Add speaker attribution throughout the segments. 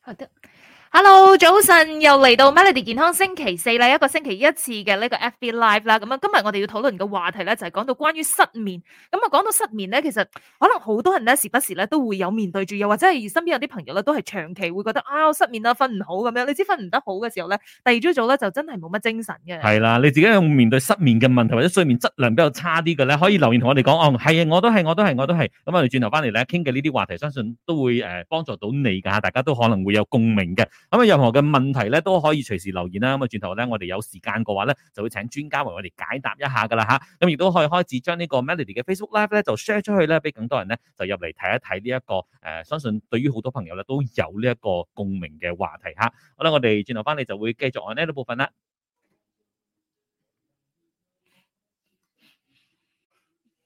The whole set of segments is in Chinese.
Speaker 1: 好的，Hello，早晨，又嚟到 Melody 健康星期四啦，一個星期一次嘅呢個 FB Live 啦。咁啊，今日我哋要討論嘅話題咧，就係講到關於失眠。咁啊，講到失眠咧，其實可能好多人咧，時不時咧都會有面對住，又或者係身邊有啲朋友咧，都係長期會覺得啊，我失眠啦，瞓唔好咁樣。你知瞓唔得好嘅時候咧，第二朝早咧就真係冇乜精神嘅。
Speaker 2: 系啦，你自己有冇面對失眠嘅問題或者睡眠質量比較差啲嘅咧，可以留言同我哋講。哦，係啊，我都係，我都係，我都係。咁我哋轉頭翻嚟咧，傾嘅呢啲話題，相信都會誒幫助到你㗎，大家都可能會有共鳴嘅。咁啊，任何嘅問題咧都可以隨時留言啦。咁啊，轉頭咧，我哋有時間嘅話咧，就會請專家為我哋解答一下㗎啦吓，咁亦都可以開始將呢個 Melody 嘅 Facebook Live 咧就 share 出去咧，俾更多人咧就入嚟睇一睇呢一個誒、呃相信對於好多朋友咧都有呢一個共鳴嘅話題吓，好啦，我哋轉頭翻嚟就會繼續按呢個部分啦。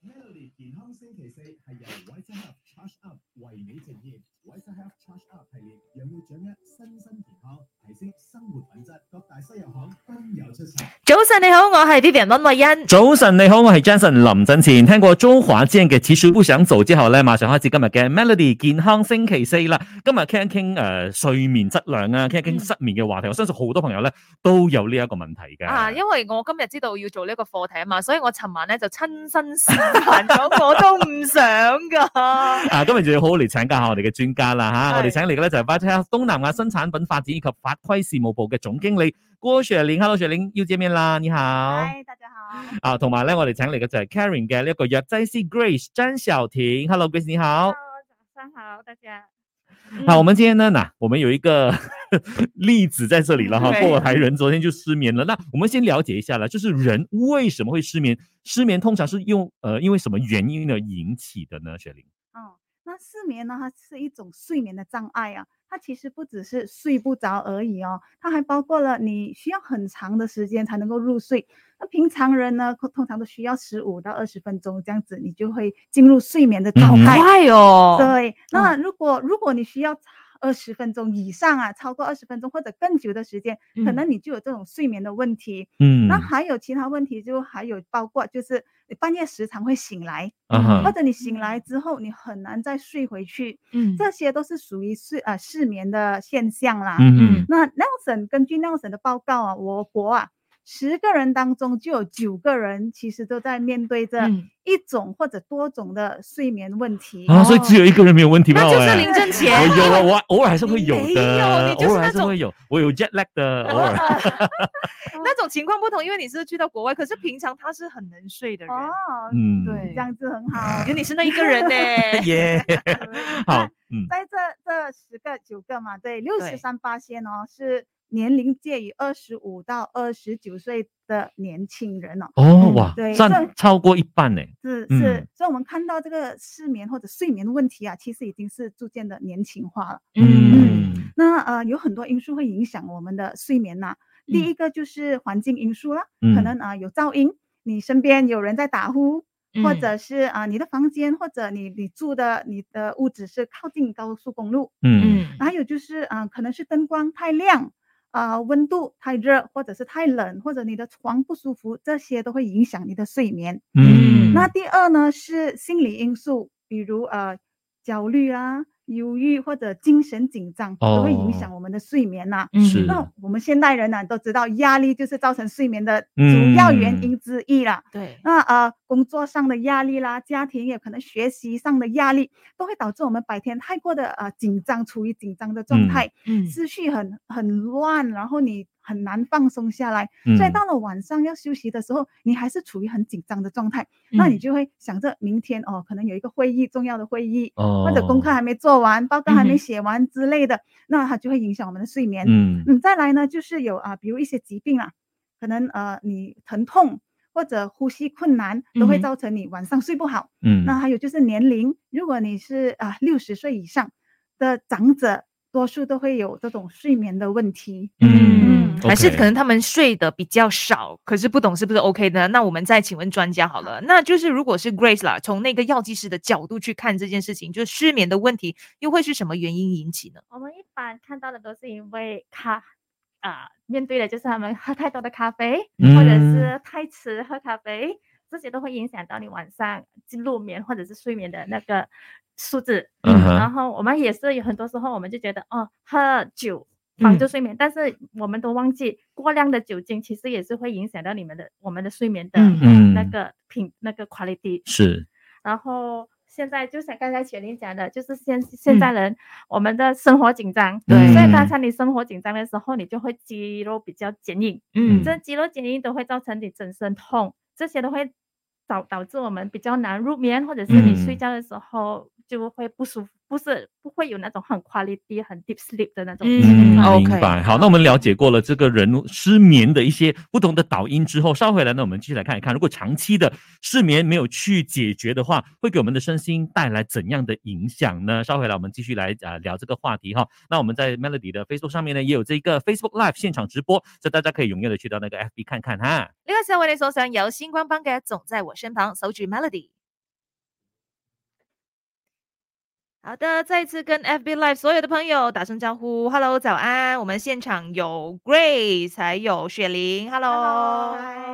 Speaker 3: Melody 健康星期四係由 White Health Charge Up 為你呈現。White Health Charge Up 系列讓你掌握身心健康，提升生活品質。各大西藥行均有出售。
Speaker 1: 早晨你好，我係 Vivian 温慧欣。
Speaker 2: 早晨，你好，我係 Jason 林振前。聽過中華之音嘅《此處不想做》之後咧，馬上開始今日嘅 Melody 健康星期四啦。今日傾一傾誒、呃睡眠質量啊，傾一
Speaker 1: 嗯
Speaker 2: 傾失眠嘅話題。我相信好多朋友咧都有呢一個問題嘅。
Speaker 1: 啊，因為我今日知道要做呢個課題啊嘛，所以我尋晚咧就親身示範咗，我都唔想噶。
Speaker 2: 啊，今日就要好好嚟請教下我哋嘅專家啦吓，
Speaker 1: 係
Speaker 2: 我哋請嚟嘅咧就係 Vitas 東南亞新產品發展以及法規事務部嘅總經理郭雪玲。Hello，雪玲，要見面啦，你好。
Speaker 4: 嗨，大家好。
Speaker 2: 啊，同埋咧，我哋請嚟嘅就係 Karen 嘅呢一個藥劑師 Grace 張小婷。Hello，Grace，你好。
Speaker 4: 早上好，大家。
Speaker 2: 好，我们今天呢，那我们有一个 例子在这里了哈。
Speaker 1: 对
Speaker 2: 过来人昨天就失眠了，那我们先了解一下了，就是人为什么会失眠？失眠通常是用呃因为什么原因而引起的呢？雪玲，
Speaker 4: 哦，那失眠呢，它是一种睡眠的障碍啊。它其实不只是睡不着而已哦，它还包括了你需要很长的时间才能够入睡。那平常人呢，通常都需要十五到二十分钟这样子，你就会进入睡眠的状
Speaker 2: 嗯哼
Speaker 4: 态。
Speaker 1: 快哦，
Speaker 4: 对，那如果、如果你需要二十分钟以上啊，超过二十分钟或者更久的时间，可
Speaker 1: 嗯
Speaker 4: 能你就有这种睡眠的问题。
Speaker 2: 嗯
Speaker 4: 那还有其他问题，就还有包括就是你半夜时常会醒来，
Speaker 2: 啊
Speaker 4: 或
Speaker 2: 哈，
Speaker 4: 者你醒来之后你很难再睡回去，
Speaker 1: 嗯
Speaker 4: 这些都是属于睡啊、呃、失眠的现象啦。
Speaker 2: 嗯
Speaker 4: 那尿省根据尿省的报告啊，我国啊十个人当中就有九个人其实都在面对着
Speaker 1: 嗯
Speaker 4: 一种或者多种的睡眠问题。
Speaker 2: 啊，所以只有一个人没有问题吗？
Speaker 1: 那就是
Speaker 2: 喂
Speaker 1: 林 正杰。
Speaker 2: 我有啊，我偶尔还是会有
Speaker 1: 你没有
Speaker 2: 的
Speaker 1: 你，就是
Speaker 2: 偶尔还
Speaker 1: 那
Speaker 2: 是
Speaker 1: 种
Speaker 2: 会有，我有 jet lag 的，偶尔。
Speaker 1: 那种情况不同，因为你是去到国外，可是平常他是很能睡的人。
Speaker 4: 哦，
Speaker 2: 嗯，
Speaker 1: 对
Speaker 4: 这样子很 好。
Speaker 1: 原来你是那一个人呢、
Speaker 2: 耶，嗯好
Speaker 4: 那，
Speaker 2: 嗯
Speaker 4: 在这这十个九个嘛，对，六
Speaker 1: 对
Speaker 4: 十三八线哦，是年龄介于二十五到二十九岁的年轻人哦，
Speaker 2: 哦哇，
Speaker 4: 对
Speaker 2: 占
Speaker 4: 这
Speaker 2: 超过一半呢。
Speaker 4: 是
Speaker 2: 嗯
Speaker 4: 是，所以我们看到这个失眠或者睡眠问题啊，其实已经是逐渐的年轻化了。
Speaker 2: 嗯
Speaker 4: 那呃，有很多因素会影响我们的睡眠呐、第
Speaker 1: 嗯
Speaker 4: 一个就是环境因素啦，可
Speaker 2: 嗯
Speaker 4: 能啊、有噪音，你身边有人在打呼，或
Speaker 1: 嗯
Speaker 4: 者是啊、你的房间或者你你住的你的屋子是靠近高速公路，
Speaker 2: 嗯
Speaker 1: 嗯
Speaker 4: 还有就是啊、呃可能是灯光太亮，啊、温度太热，或者是太冷，或者你的床不舒服，这些都会影响你的睡眠。
Speaker 2: 嗯，
Speaker 4: 那第二呢是心理因素，比如呃焦虑啊、忧郁或者精神紧张，都会影响我们的睡眠呐、
Speaker 2: 哦
Speaker 1: 嗯
Speaker 2: 是
Speaker 4: 那我们现代人呢、都知道，压力就是造成睡眠的主要
Speaker 2: 嗯
Speaker 4: 原因之一啦。
Speaker 1: 对，
Speaker 4: 那呃，工作上的压力啦，家庭也可能学习上的压力，都会导致我们白天太过的呃紧张，处于紧张的
Speaker 2: 嗯
Speaker 4: 状态，
Speaker 1: 嗯
Speaker 4: 思绪很很乱，然后你很难放松下来。
Speaker 2: 嗯
Speaker 4: 所以到了晚上要休息的时候，你还是处于很紧张的状态，那
Speaker 1: 嗯
Speaker 4: 你就会想着明天哦，可能有一个会议，重要的会议，
Speaker 2: 哦，
Speaker 4: 或者功课还没做完，报告
Speaker 1: 嗯
Speaker 4: 还
Speaker 1: 哼
Speaker 4: 没写完之类的，那它就会影响我们的睡眠。
Speaker 2: 嗯
Speaker 4: 嗯，再来呢，就是有啊，比如一些疾病啊，可能呃你疼痛或者呼吸困难，都
Speaker 1: 嗯
Speaker 4: 会
Speaker 1: 哼
Speaker 4: 造成你晚上睡不好。
Speaker 2: 嗯
Speaker 4: 那还有就是年龄，如果你是啊六十岁以上的长者，多数都会有这种睡眠的问题。
Speaker 2: 嗯
Speaker 1: 嗯，
Speaker 2: ，OK
Speaker 1: 还是可能他们睡得比较少，可是不懂是不是 OK 的？那我们再请问专家好了。那就是如果是 Grace 啦，从那个药剂师的角度去看这件事情，就是失眠的问题又会是什么原因引起呢？
Speaker 5: 我们一般看到的都是因为咖啊、面对的就是他们喝太多的咖啡，或者
Speaker 2: 嗯
Speaker 5: 是太迟喝咖啡，这些都会影响到你晚上入眠或者是睡眠的那个数字。
Speaker 2: 嗯哼
Speaker 5: 然后我们也是有很多时候我们就觉得哦，喝酒
Speaker 2: 嗯
Speaker 5: 帮助睡眠，但是我们都忘记过量的酒精其实也是会影响到你们的我们的睡眠的
Speaker 1: 嗯
Speaker 2: 嗯
Speaker 5: 那个品、那个 quality。
Speaker 2: 是，
Speaker 5: 然后现在就像刚才雪玲讲的，就是现现在人、我们的生活紧张，
Speaker 1: 对
Speaker 5: 所以
Speaker 2: 嗯
Speaker 5: 当当你生活紧张的时候，你就会肌肉比较坚硬，
Speaker 1: 嗯
Speaker 5: 这肌肉紧硬都会造成你整身痛，这些都会导导致我们比较难入眠，或者是你睡
Speaker 2: 嗯
Speaker 5: 觉的时候就会不舒服，不是不会有那种很 quality 很 deep sleep 的那种
Speaker 1: 嗯
Speaker 2: 嗯，
Speaker 5: 情况。
Speaker 1: OK
Speaker 2: 明白。好，那我们了解过了这个人失眠的一些不同的导因之后，稍回来呢，我们继续来看一看，如果长期的失眠没有去解决的话，会给我们的身心带来怎样的影响呢？稍回来我们继续来啊、呃聊这个话题哈。那我们在 Melody 的 Facebook 上面呢，也有这个 Facebook Live 现场直播，所以大家可以踊跃的去到那个 FB 看看哈。
Speaker 1: 呢个时候为你送上有星光帮嘅總在我身旁，守住 Melody。好的，再一次跟 FB Live 所有的朋友打声招呼，Hello，早安！我们现场有 Grace，还有雪玲，Hello。
Speaker 4: 嗨大家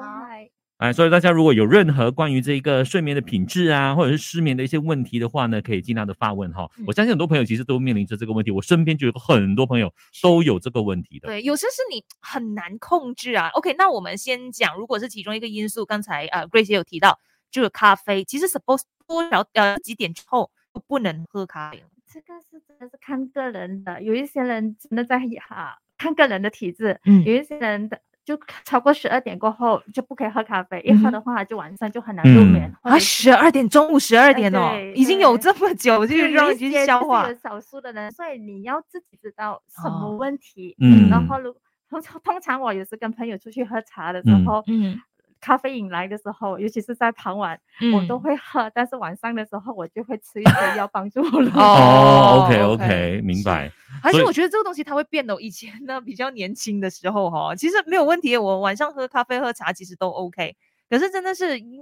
Speaker 4: 好
Speaker 5: 嗨
Speaker 2: 哎，所以大家如果有任何关于这一个睡眠的品质啊，或者是失眠的一些问题的话呢，可以尽量的发问哈。我相信很多朋友其实都面临着这个问题，我身边就有很多朋友都有这个问题的。
Speaker 1: 对，有些是你很难控制啊。OK，那我们先讲，如果是其中一个因素，刚才呃 Grace 也有提到，就是咖啡。其实 suppose 多少呃几点之后就不能喝咖啡了。
Speaker 5: 这个是真的是看个人的，有一些人真的在 啊看个人的体质，
Speaker 1: 嗯
Speaker 5: 有一些人的就超过十二点过后就不可以喝咖啡，一喝
Speaker 1: 嗯
Speaker 5: 的话就晚上就很难入眠
Speaker 2: 嗯。
Speaker 5: 或
Speaker 1: 啊，
Speaker 5: 者
Speaker 1: 十二点，中午十二点哦，
Speaker 5: 哦哎对
Speaker 1: 已经有
Speaker 5: 对
Speaker 1: 这么久，就
Speaker 5: 就是有
Speaker 1: 让
Speaker 5: 一
Speaker 1: 你去
Speaker 5: 些
Speaker 1: 消
Speaker 5: 就是
Speaker 1: 化
Speaker 5: 有。少数的人，所以你要自己知道什
Speaker 1: 哦
Speaker 5: 么问题。
Speaker 2: 嗯
Speaker 5: 然后如通常通常我有时跟朋友出去喝茶的时
Speaker 2: 嗯
Speaker 5: 候，
Speaker 1: 嗯，
Speaker 5: 咖啡瘾来的时候，尤其是在傍晚，我都
Speaker 1: 嗯
Speaker 5: 会喝，但是晚上的时候我就会吃一些药帮助我入
Speaker 1: 哦
Speaker 5: 眠。
Speaker 2: 哦
Speaker 1: OK，
Speaker 2: ，OK OK，明白。
Speaker 1: 而
Speaker 2: 所
Speaker 1: 且
Speaker 2: 以
Speaker 1: 我觉得这个东西它会变的。以前呢，比较年轻的时候哈、其实没有问题，我晚上喝咖啡、喝茶其实都 OK。可是真的是，嗯，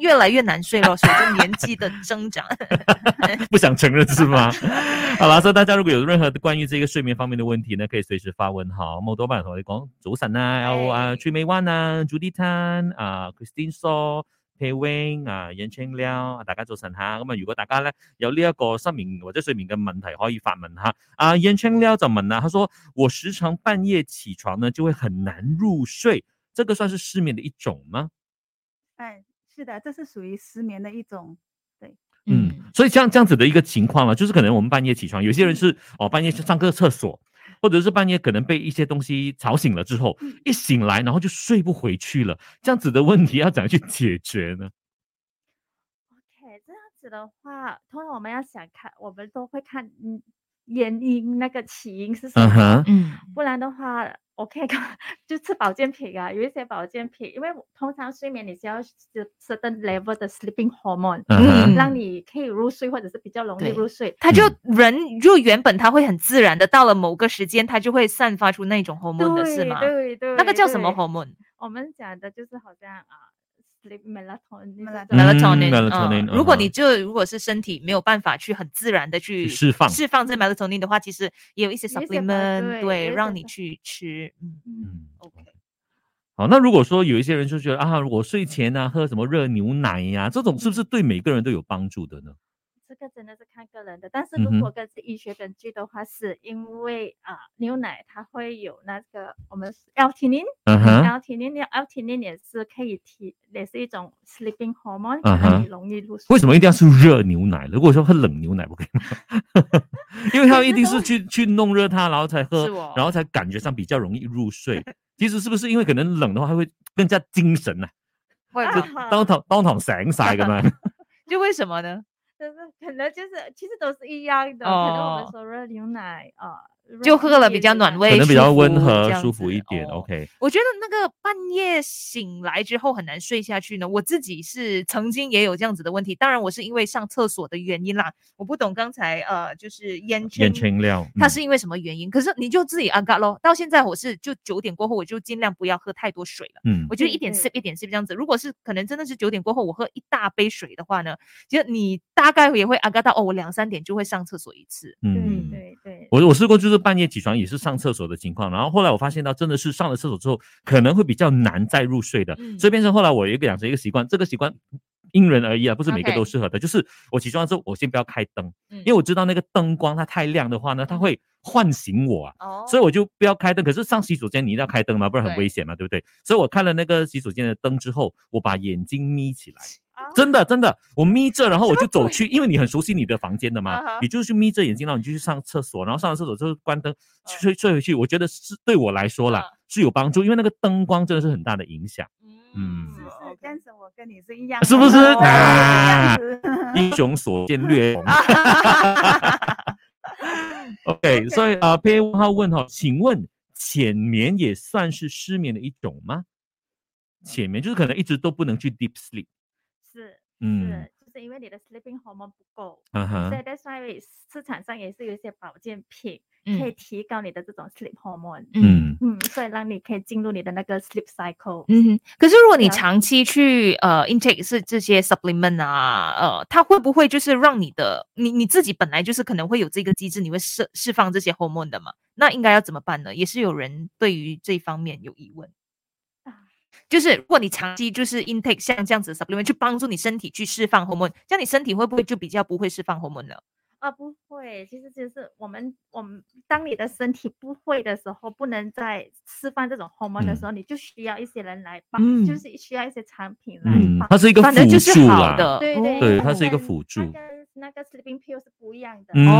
Speaker 1: 越来越难睡了，随着年纪的增长。
Speaker 2: 不想承认是吗？ 好啦，所以大家如果有任何关于这个睡眠方面的问题呢，可以随时发问哈。咁好多朋友同我哋講早晨啊，有啊
Speaker 1: 係
Speaker 2: t r i May One 啊，Judy Tan 啊，Christine Saw。Pei Wing 啊，引清了，大家早晨吓。咁啊，如果大家咧有呢一個失眠或者睡眠嘅問題，可以發問吓。啊，引清了就問啦，他說我時常半夜起床呢，就會很難入睡，這個算是失眠的一種嗎？
Speaker 4: 哎，是的，这是属于失眠的一种。
Speaker 2: 嗯，所以像这样子的一个情况了，就是可能我们半夜起床，有些人是哦半夜去上个厕所，或者是半夜可能被一些东西吵醒了之后，一醒来然后就睡不回去了，这样子的问题要怎样去解决呢？
Speaker 5: OK，这样子的话，通常我们要想看，我们都会看嗯原因那个起因是什
Speaker 2: 嗯
Speaker 5: 么，
Speaker 2: 哼，
Speaker 1: 嗯
Speaker 5: 不然的话，我可以跟就吃保健品啊，有一些保健品，因为我通常睡眠你是要吃 certain level 的 sleeping hormone，、
Speaker 2: 嗯哼，
Speaker 5: 让你可以入睡或者是比较容易
Speaker 1: 对
Speaker 5: 入睡。
Speaker 1: 他就
Speaker 2: 嗯
Speaker 1: 人就原本他会很自然的，到了某个时间，他就会散发出那种荷尔蒙的是
Speaker 5: 对
Speaker 1: 吗？
Speaker 5: 对对，
Speaker 1: 那个叫什么
Speaker 5: 对
Speaker 1: 荷尔蒙
Speaker 5: 我们讲的就是好像啊，sleep melatonin 这
Speaker 4: melatonin
Speaker 5: 种
Speaker 1: melatonin，嗯
Speaker 2: melatonin，
Speaker 1: 如果
Speaker 2: 嗯哼
Speaker 1: 你就如果是身体没有办法去很自然的去
Speaker 2: 去释放
Speaker 1: 释放这 melatonin 的话，其实也有一些
Speaker 5: 有一些
Speaker 1: supplement
Speaker 5: 对
Speaker 1: 对
Speaker 5: 有一
Speaker 1: 让
Speaker 5: 些
Speaker 1: 你
Speaker 5: 是
Speaker 1: 去吃，嗯
Speaker 5: 嗯
Speaker 2: 嗯。
Speaker 1: ，OK，
Speaker 2: 好，那如果说有一些人就觉得啊，我睡前啊喝什么热牛奶呀、这种是不是对每个人都有帮助的呢？
Speaker 5: 这个真的是看个人的，但是
Speaker 2: 嗯哼
Speaker 5: 如果根据医学根据的话，是因为啊、牛奶它会有那个我们 L t i n i n
Speaker 2: 嗯哼，
Speaker 5: l t i n i n L t i n i n 也是可以提，也是一种 sleeping hormone，、
Speaker 2: 嗯
Speaker 5: 让
Speaker 2: 哼
Speaker 5: 你容易入睡。
Speaker 2: 为什么一定要是热牛奶？如果说喝冷牛奶不可以 吗？因为他一定是去去弄热它，然后才喝
Speaker 1: 是哦，
Speaker 2: 然后才感觉上比较容易入睡。其實是不是因為可能冷嘅話，佢會更加精神啊？
Speaker 1: 会
Speaker 5: 啊
Speaker 1: 吗？
Speaker 2: 當堂當堂醒晒咁 樣。
Speaker 1: 就为什么呢？
Speaker 5: 就是可能就是其实都是一样的，可能我
Speaker 1: 哦
Speaker 5: 们说热牛奶啊，热
Speaker 1: 就喝了
Speaker 5: 一
Speaker 1: 比
Speaker 5: 点
Speaker 1: 较
Speaker 5: 点
Speaker 1: 暖
Speaker 5: 啊
Speaker 1: 胃
Speaker 2: 可能比较
Speaker 1: 舒服
Speaker 2: 温和
Speaker 1: 这、样
Speaker 2: 舒服
Speaker 1: 子
Speaker 2: 一点。
Speaker 1: 哦
Speaker 2: OK，
Speaker 1: 我觉得那个半夜醒来之后很难睡下去呢，我自己是曾经也有这样子的问题，当然我是因为上厕所的原因啦，我不懂刚才呃就是烟
Speaker 2: 眼清亮，嗯
Speaker 1: 它是因为什么原因？可是你就自己安嘎咯。到现在我是就九点过后，我就尽量不要喝太多水了。
Speaker 2: 嗯
Speaker 1: 我就
Speaker 5: 对
Speaker 1: 一点 sip
Speaker 5: 对
Speaker 1: 一点 sip 这样子。如果是可能真的是九点过后，我喝一大杯水的话呢，其实你大概也会安嘎到哦，我两三点就会上厕所一次。
Speaker 2: 嗯
Speaker 5: 对
Speaker 2: 嗯。
Speaker 5: 对对，
Speaker 2: 我我试过，就是半夜起床也是上厕所的情况，然后后来我发现到真的是上了厕所之后，可能会比较难再入睡的，
Speaker 1: 嗯
Speaker 2: 所以变成后来我有一个养成一个习惯，这个习惯因人而异啊，不是每个
Speaker 1: OK
Speaker 2: 都适合的。就是我起床之后，我先不要开灯，
Speaker 1: 嗯
Speaker 2: 因为我知道那个灯光它太亮的话呢，它会唤醒我啊。
Speaker 1: 哦，
Speaker 2: 所以我就不要开灯。可是上洗手间你一定要开灯嘛，不然很
Speaker 1: 对
Speaker 2: 危险嘛，对不对？所以我开了那个洗手间的灯之后，我把眼睛眯起来。真的，真的，我眯着，然后我就走去，因为你很熟悉你的房间的
Speaker 1: 啊哈
Speaker 2: 嘛，你就是眯着眼睛，然后你就去上厕所，然后上完厕所之后关灯，睡睡回去。我觉得是对我来说啦
Speaker 1: 啊
Speaker 2: 是有帮助，因为那个灯光真的是很大的影响。嗯
Speaker 1: 嗯
Speaker 4: 是是，
Speaker 1: ，OK
Speaker 4: 但是我跟你是一哦样
Speaker 2: 啊
Speaker 4: 的，
Speaker 2: 是不是
Speaker 4: 我
Speaker 2: 啊
Speaker 4: 跟你一样子
Speaker 2: 英雄所见略同。OK，所以啊，配问号问号，请问浅眠也算是失眠的一种吗？浅眠就是可能一直都不能去 deep sleep。
Speaker 5: 是
Speaker 2: 嗯
Speaker 5: 是，就是因为你的 sleeping hormone 不够，
Speaker 2: 嗯
Speaker 5: 所以
Speaker 2: 哼，
Speaker 5: 在所以市场上也是有一些保健品可以
Speaker 1: 嗯
Speaker 5: 提高你的这种 sleep hormone，
Speaker 1: 嗯。
Speaker 2: 嗯
Speaker 5: 嗯，所以让你可以进入你的那个 sleep cycle。
Speaker 1: 嗯哼，可是如果你
Speaker 5: 对啊
Speaker 1: 长期去呃 intake 是这些 supplement 啊，呃，它会不会就是让你的你你自己本来就是可能会有这个机制，你会释释放这些 hormone 的嘛？那应该要怎么办呢？也是有人对于这一方面有疑问
Speaker 5: 啊。
Speaker 1: 就是如果你长期就是 intake 像这样子的 supplement 去帮助你身体去释放 hormone，这样你身体会不会就比较不会释放 hormone 呢？
Speaker 5: 啊，不会，其实就是我们我们当你的身体不会的时候，不能再释放这种 hormone
Speaker 2: 嗯
Speaker 5: 的时候，你就需要一些人来帮，就
Speaker 1: 嗯
Speaker 5: 是需要一些产品来
Speaker 2: 嗯
Speaker 5: 帮。，
Speaker 2: 它是一个
Speaker 1: 反正
Speaker 2: 辅
Speaker 1: 就是
Speaker 2: 助
Speaker 1: 好
Speaker 2: 啦。
Speaker 1: 的，
Speaker 5: 对
Speaker 1: 哦
Speaker 5: 对，
Speaker 2: 对它是一个
Speaker 5: 跟
Speaker 2: 辅助
Speaker 5: 它跟那个 sleeping pill 是不一样
Speaker 1: 哦
Speaker 5: 的。因为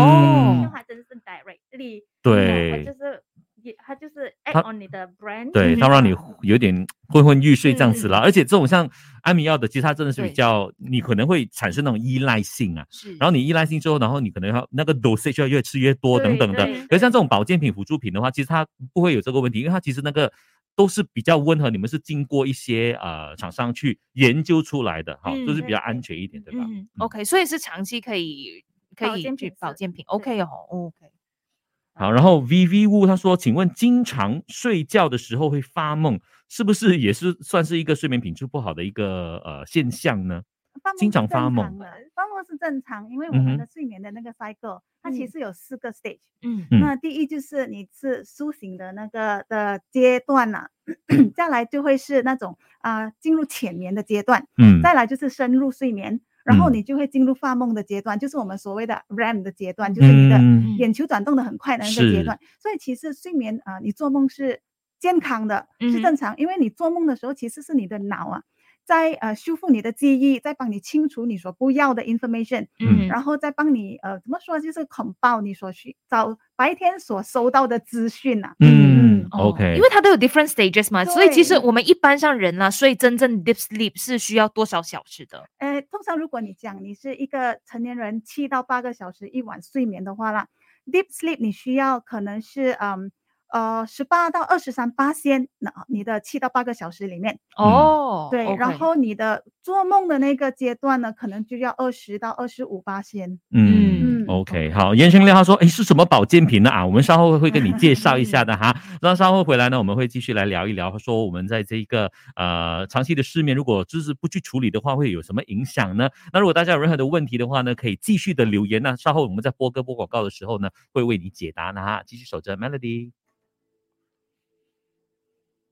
Speaker 2: 嗯，
Speaker 5: 它真的是 directly，
Speaker 2: 对
Speaker 5: 它就是也它就是
Speaker 2: 它
Speaker 5: act on 你的 brand，
Speaker 2: 对，它让你有点昏昏欲睡这样子啦。
Speaker 1: 嗯
Speaker 2: 而且这种像安眠药的，其实它真的是比
Speaker 1: 对
Speaker 2: 较，你可能会产生那种依赖性啊。
Speaker 1: 是，
Speaker 2: 然后你依赖性之后，然后你可能要那个 dosage 要越吃越多等等的
Speaker 5: 对。
Speaker 2: 可是像这种保健品、辅助品的话，其实它不会有这个问题，因为它其实那个都是比较温和，你们是经过一些呃厂商去研究出来的哈，
Speaker 1: 嗯
Speaker 2: 就是比较
Speaker 5: 对
Speaker 2: 安全一点，对吧？
Speaker 1: 嗯，OK，所以是长期可以可
Speaker 5: 保
Speaker 1: 以
Speaker 5: 健
Speaker 1: 去
Speaker 5: 品
Speaker 1: 保
Speaker 5: 是
Speaker 1: 健品，OK 哦，OK，
Speaker 2: 好，然后 V V 物他说，请问经常睡觉的时候会发梦，是不是也是算是一个睡眠品质不好的一个呃现象呢？
Speaker 4: 发梦
Speaker 2: 经
Speaker 4: 是
Speaker 2: 常发
Speaker 4: 正
Speaker 2: 梦
Speaker 4: 常的，发梦是正常，因为我们
Speaker 2: 嗯哼
Speaker 4: 的睡眠的那个 cycle，、它其
Speaker 5: 嗯
Speaker 4: 实有四个 stage。
Speaker 1: 嗯
Speaker 2: 嗯
Speaker 4: 那第一就是你是苏醒的那个的阶段呐、 再来就会是那种啊、进入浅眠的阶段，
Speaker 2: 嗯
Speaker 4: 再来就是深入睡眠，然后
Speaker 2: 嗯
Speaker 4: 你就会进入发梦的阶段，就是我们所谓的 REM 的阶段，就是你的
Speaker 2: 嗯
Speaker 4: 眼球转动的很快的那个
Speaker 2: 是
Speaker 4: 阶段。所以其实睡眠啊、你做梦是健康的，
Speaker 1: 嗯
Speaker 4: 是正常，因为你做梦的时候其实是你的脑啊。在呃修复你的记忆，在帮你清除你所不要的 information，
Speaker 2: 嗯
Speaker 4: 然后再帮你呃怎么说，就是恐爆你所需找白天所收到的资讯啊。
Speaker 2: 嗯
Speaker 1: 哦
Speaker 2: ，OK，
Speaker 1: 因为它都有 different stages 嘛，所以其实
Speaker 4: 对
Speaker 1: 我们一般上人啦、啊所以真正 deep sleep 是需要多少小时的？
Speaker 4: 呃，通常如果你讲你是一个成年人七到八个小时一晚睡眠的话啦，deep sleep 你需要可能是嗯呃十八到二十三八仙，那你的七到八个小时里面，
Speaker 1: 哦，
Speaker 4: 对
Speaker 1: OK
Speaker 4: 然后你的做梦的那个阶段呢，可能就要二十到二十五八仙。
Speaker 2: 嗯
Speaker 4: 嗯
Speaker 2: ，OK，好，严生亮他说，诶，是什么保健品呢？啊，我们稍后会跟你介绍一下的哈。那稍后回来呢，我们会继续来聊一聊，说我们在这一个呃长期的失眠，如果就是不去处理的话，会有什么影响呢？那如果大家有任何的问题的话呢，可以继续的留言。那稍后我们在播歌播广告的时候呢，会为你解答呢哈。继续守着 Melody。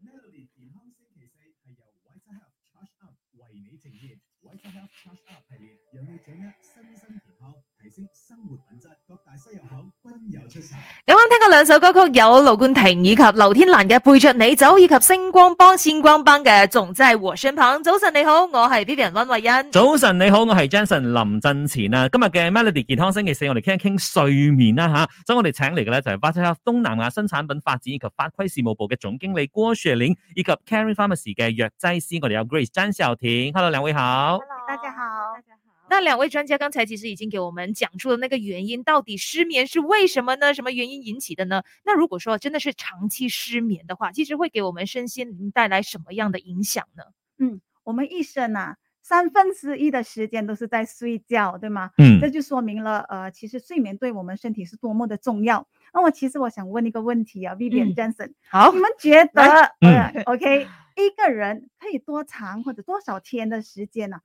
Speaker 3: Melody 健康星期四係由 White Health Charge Up 為你呈現。White Health Charge Up 系列讓你掌握身心健康，提升生活品質。各大西藥行均有出售。
Speaker 1: 啱啱聽過兩首歌曲，有盧冠廷以及劉天蘭嘅《背着你走》，以及星光幫星光幫嘅《總在和身旁》。早晨你好，我係 Vivian 温慧欣。
Speaker 2: 早晨你好，我係 Jason 林振前啊。今日嘅 Melody 健康星期四，我哋傾一傾睡眠啦吓。所以我哋請嚟嘅咧就係 v a t a 東南亞新產品發展以及法規事務部嘅總經理郭雪玲，以及 Carry Pharmacy 嘅藥劑師，我哋有 Grace 詹小婷。Hello，兩位好。
Speaker 4: 大家好
Speaker 5: Hello，大家好。
Speaker 1: 那两位专家刚才其实已经给我们讲出了那个原因，到底失眠是为什么呢？什么原因引起的呢？那如果说真的是长期失眠的话，其实会给我们身心灵带来什么样的影响呢？
Speaker 4: 我们一生啊，三分之一的时间都是在睡觉，对吗？
Speaker 2: 嗯
Speaker 4: 这就说明了，呃，其实睡眠对我们身体是多么的重要。那我其实我想问一个问题啊
Speaker 1: 嗯
Speaker 4: ，Vivian Johnson，、
Speaker 1: 好
Speaker 4: 你，们觉得
Speaker 1: 来、
Speaker 4: 呃
Speaker 2: 嗯
Speaker 4: OK 一个人可以多长或者多少天的时间呢、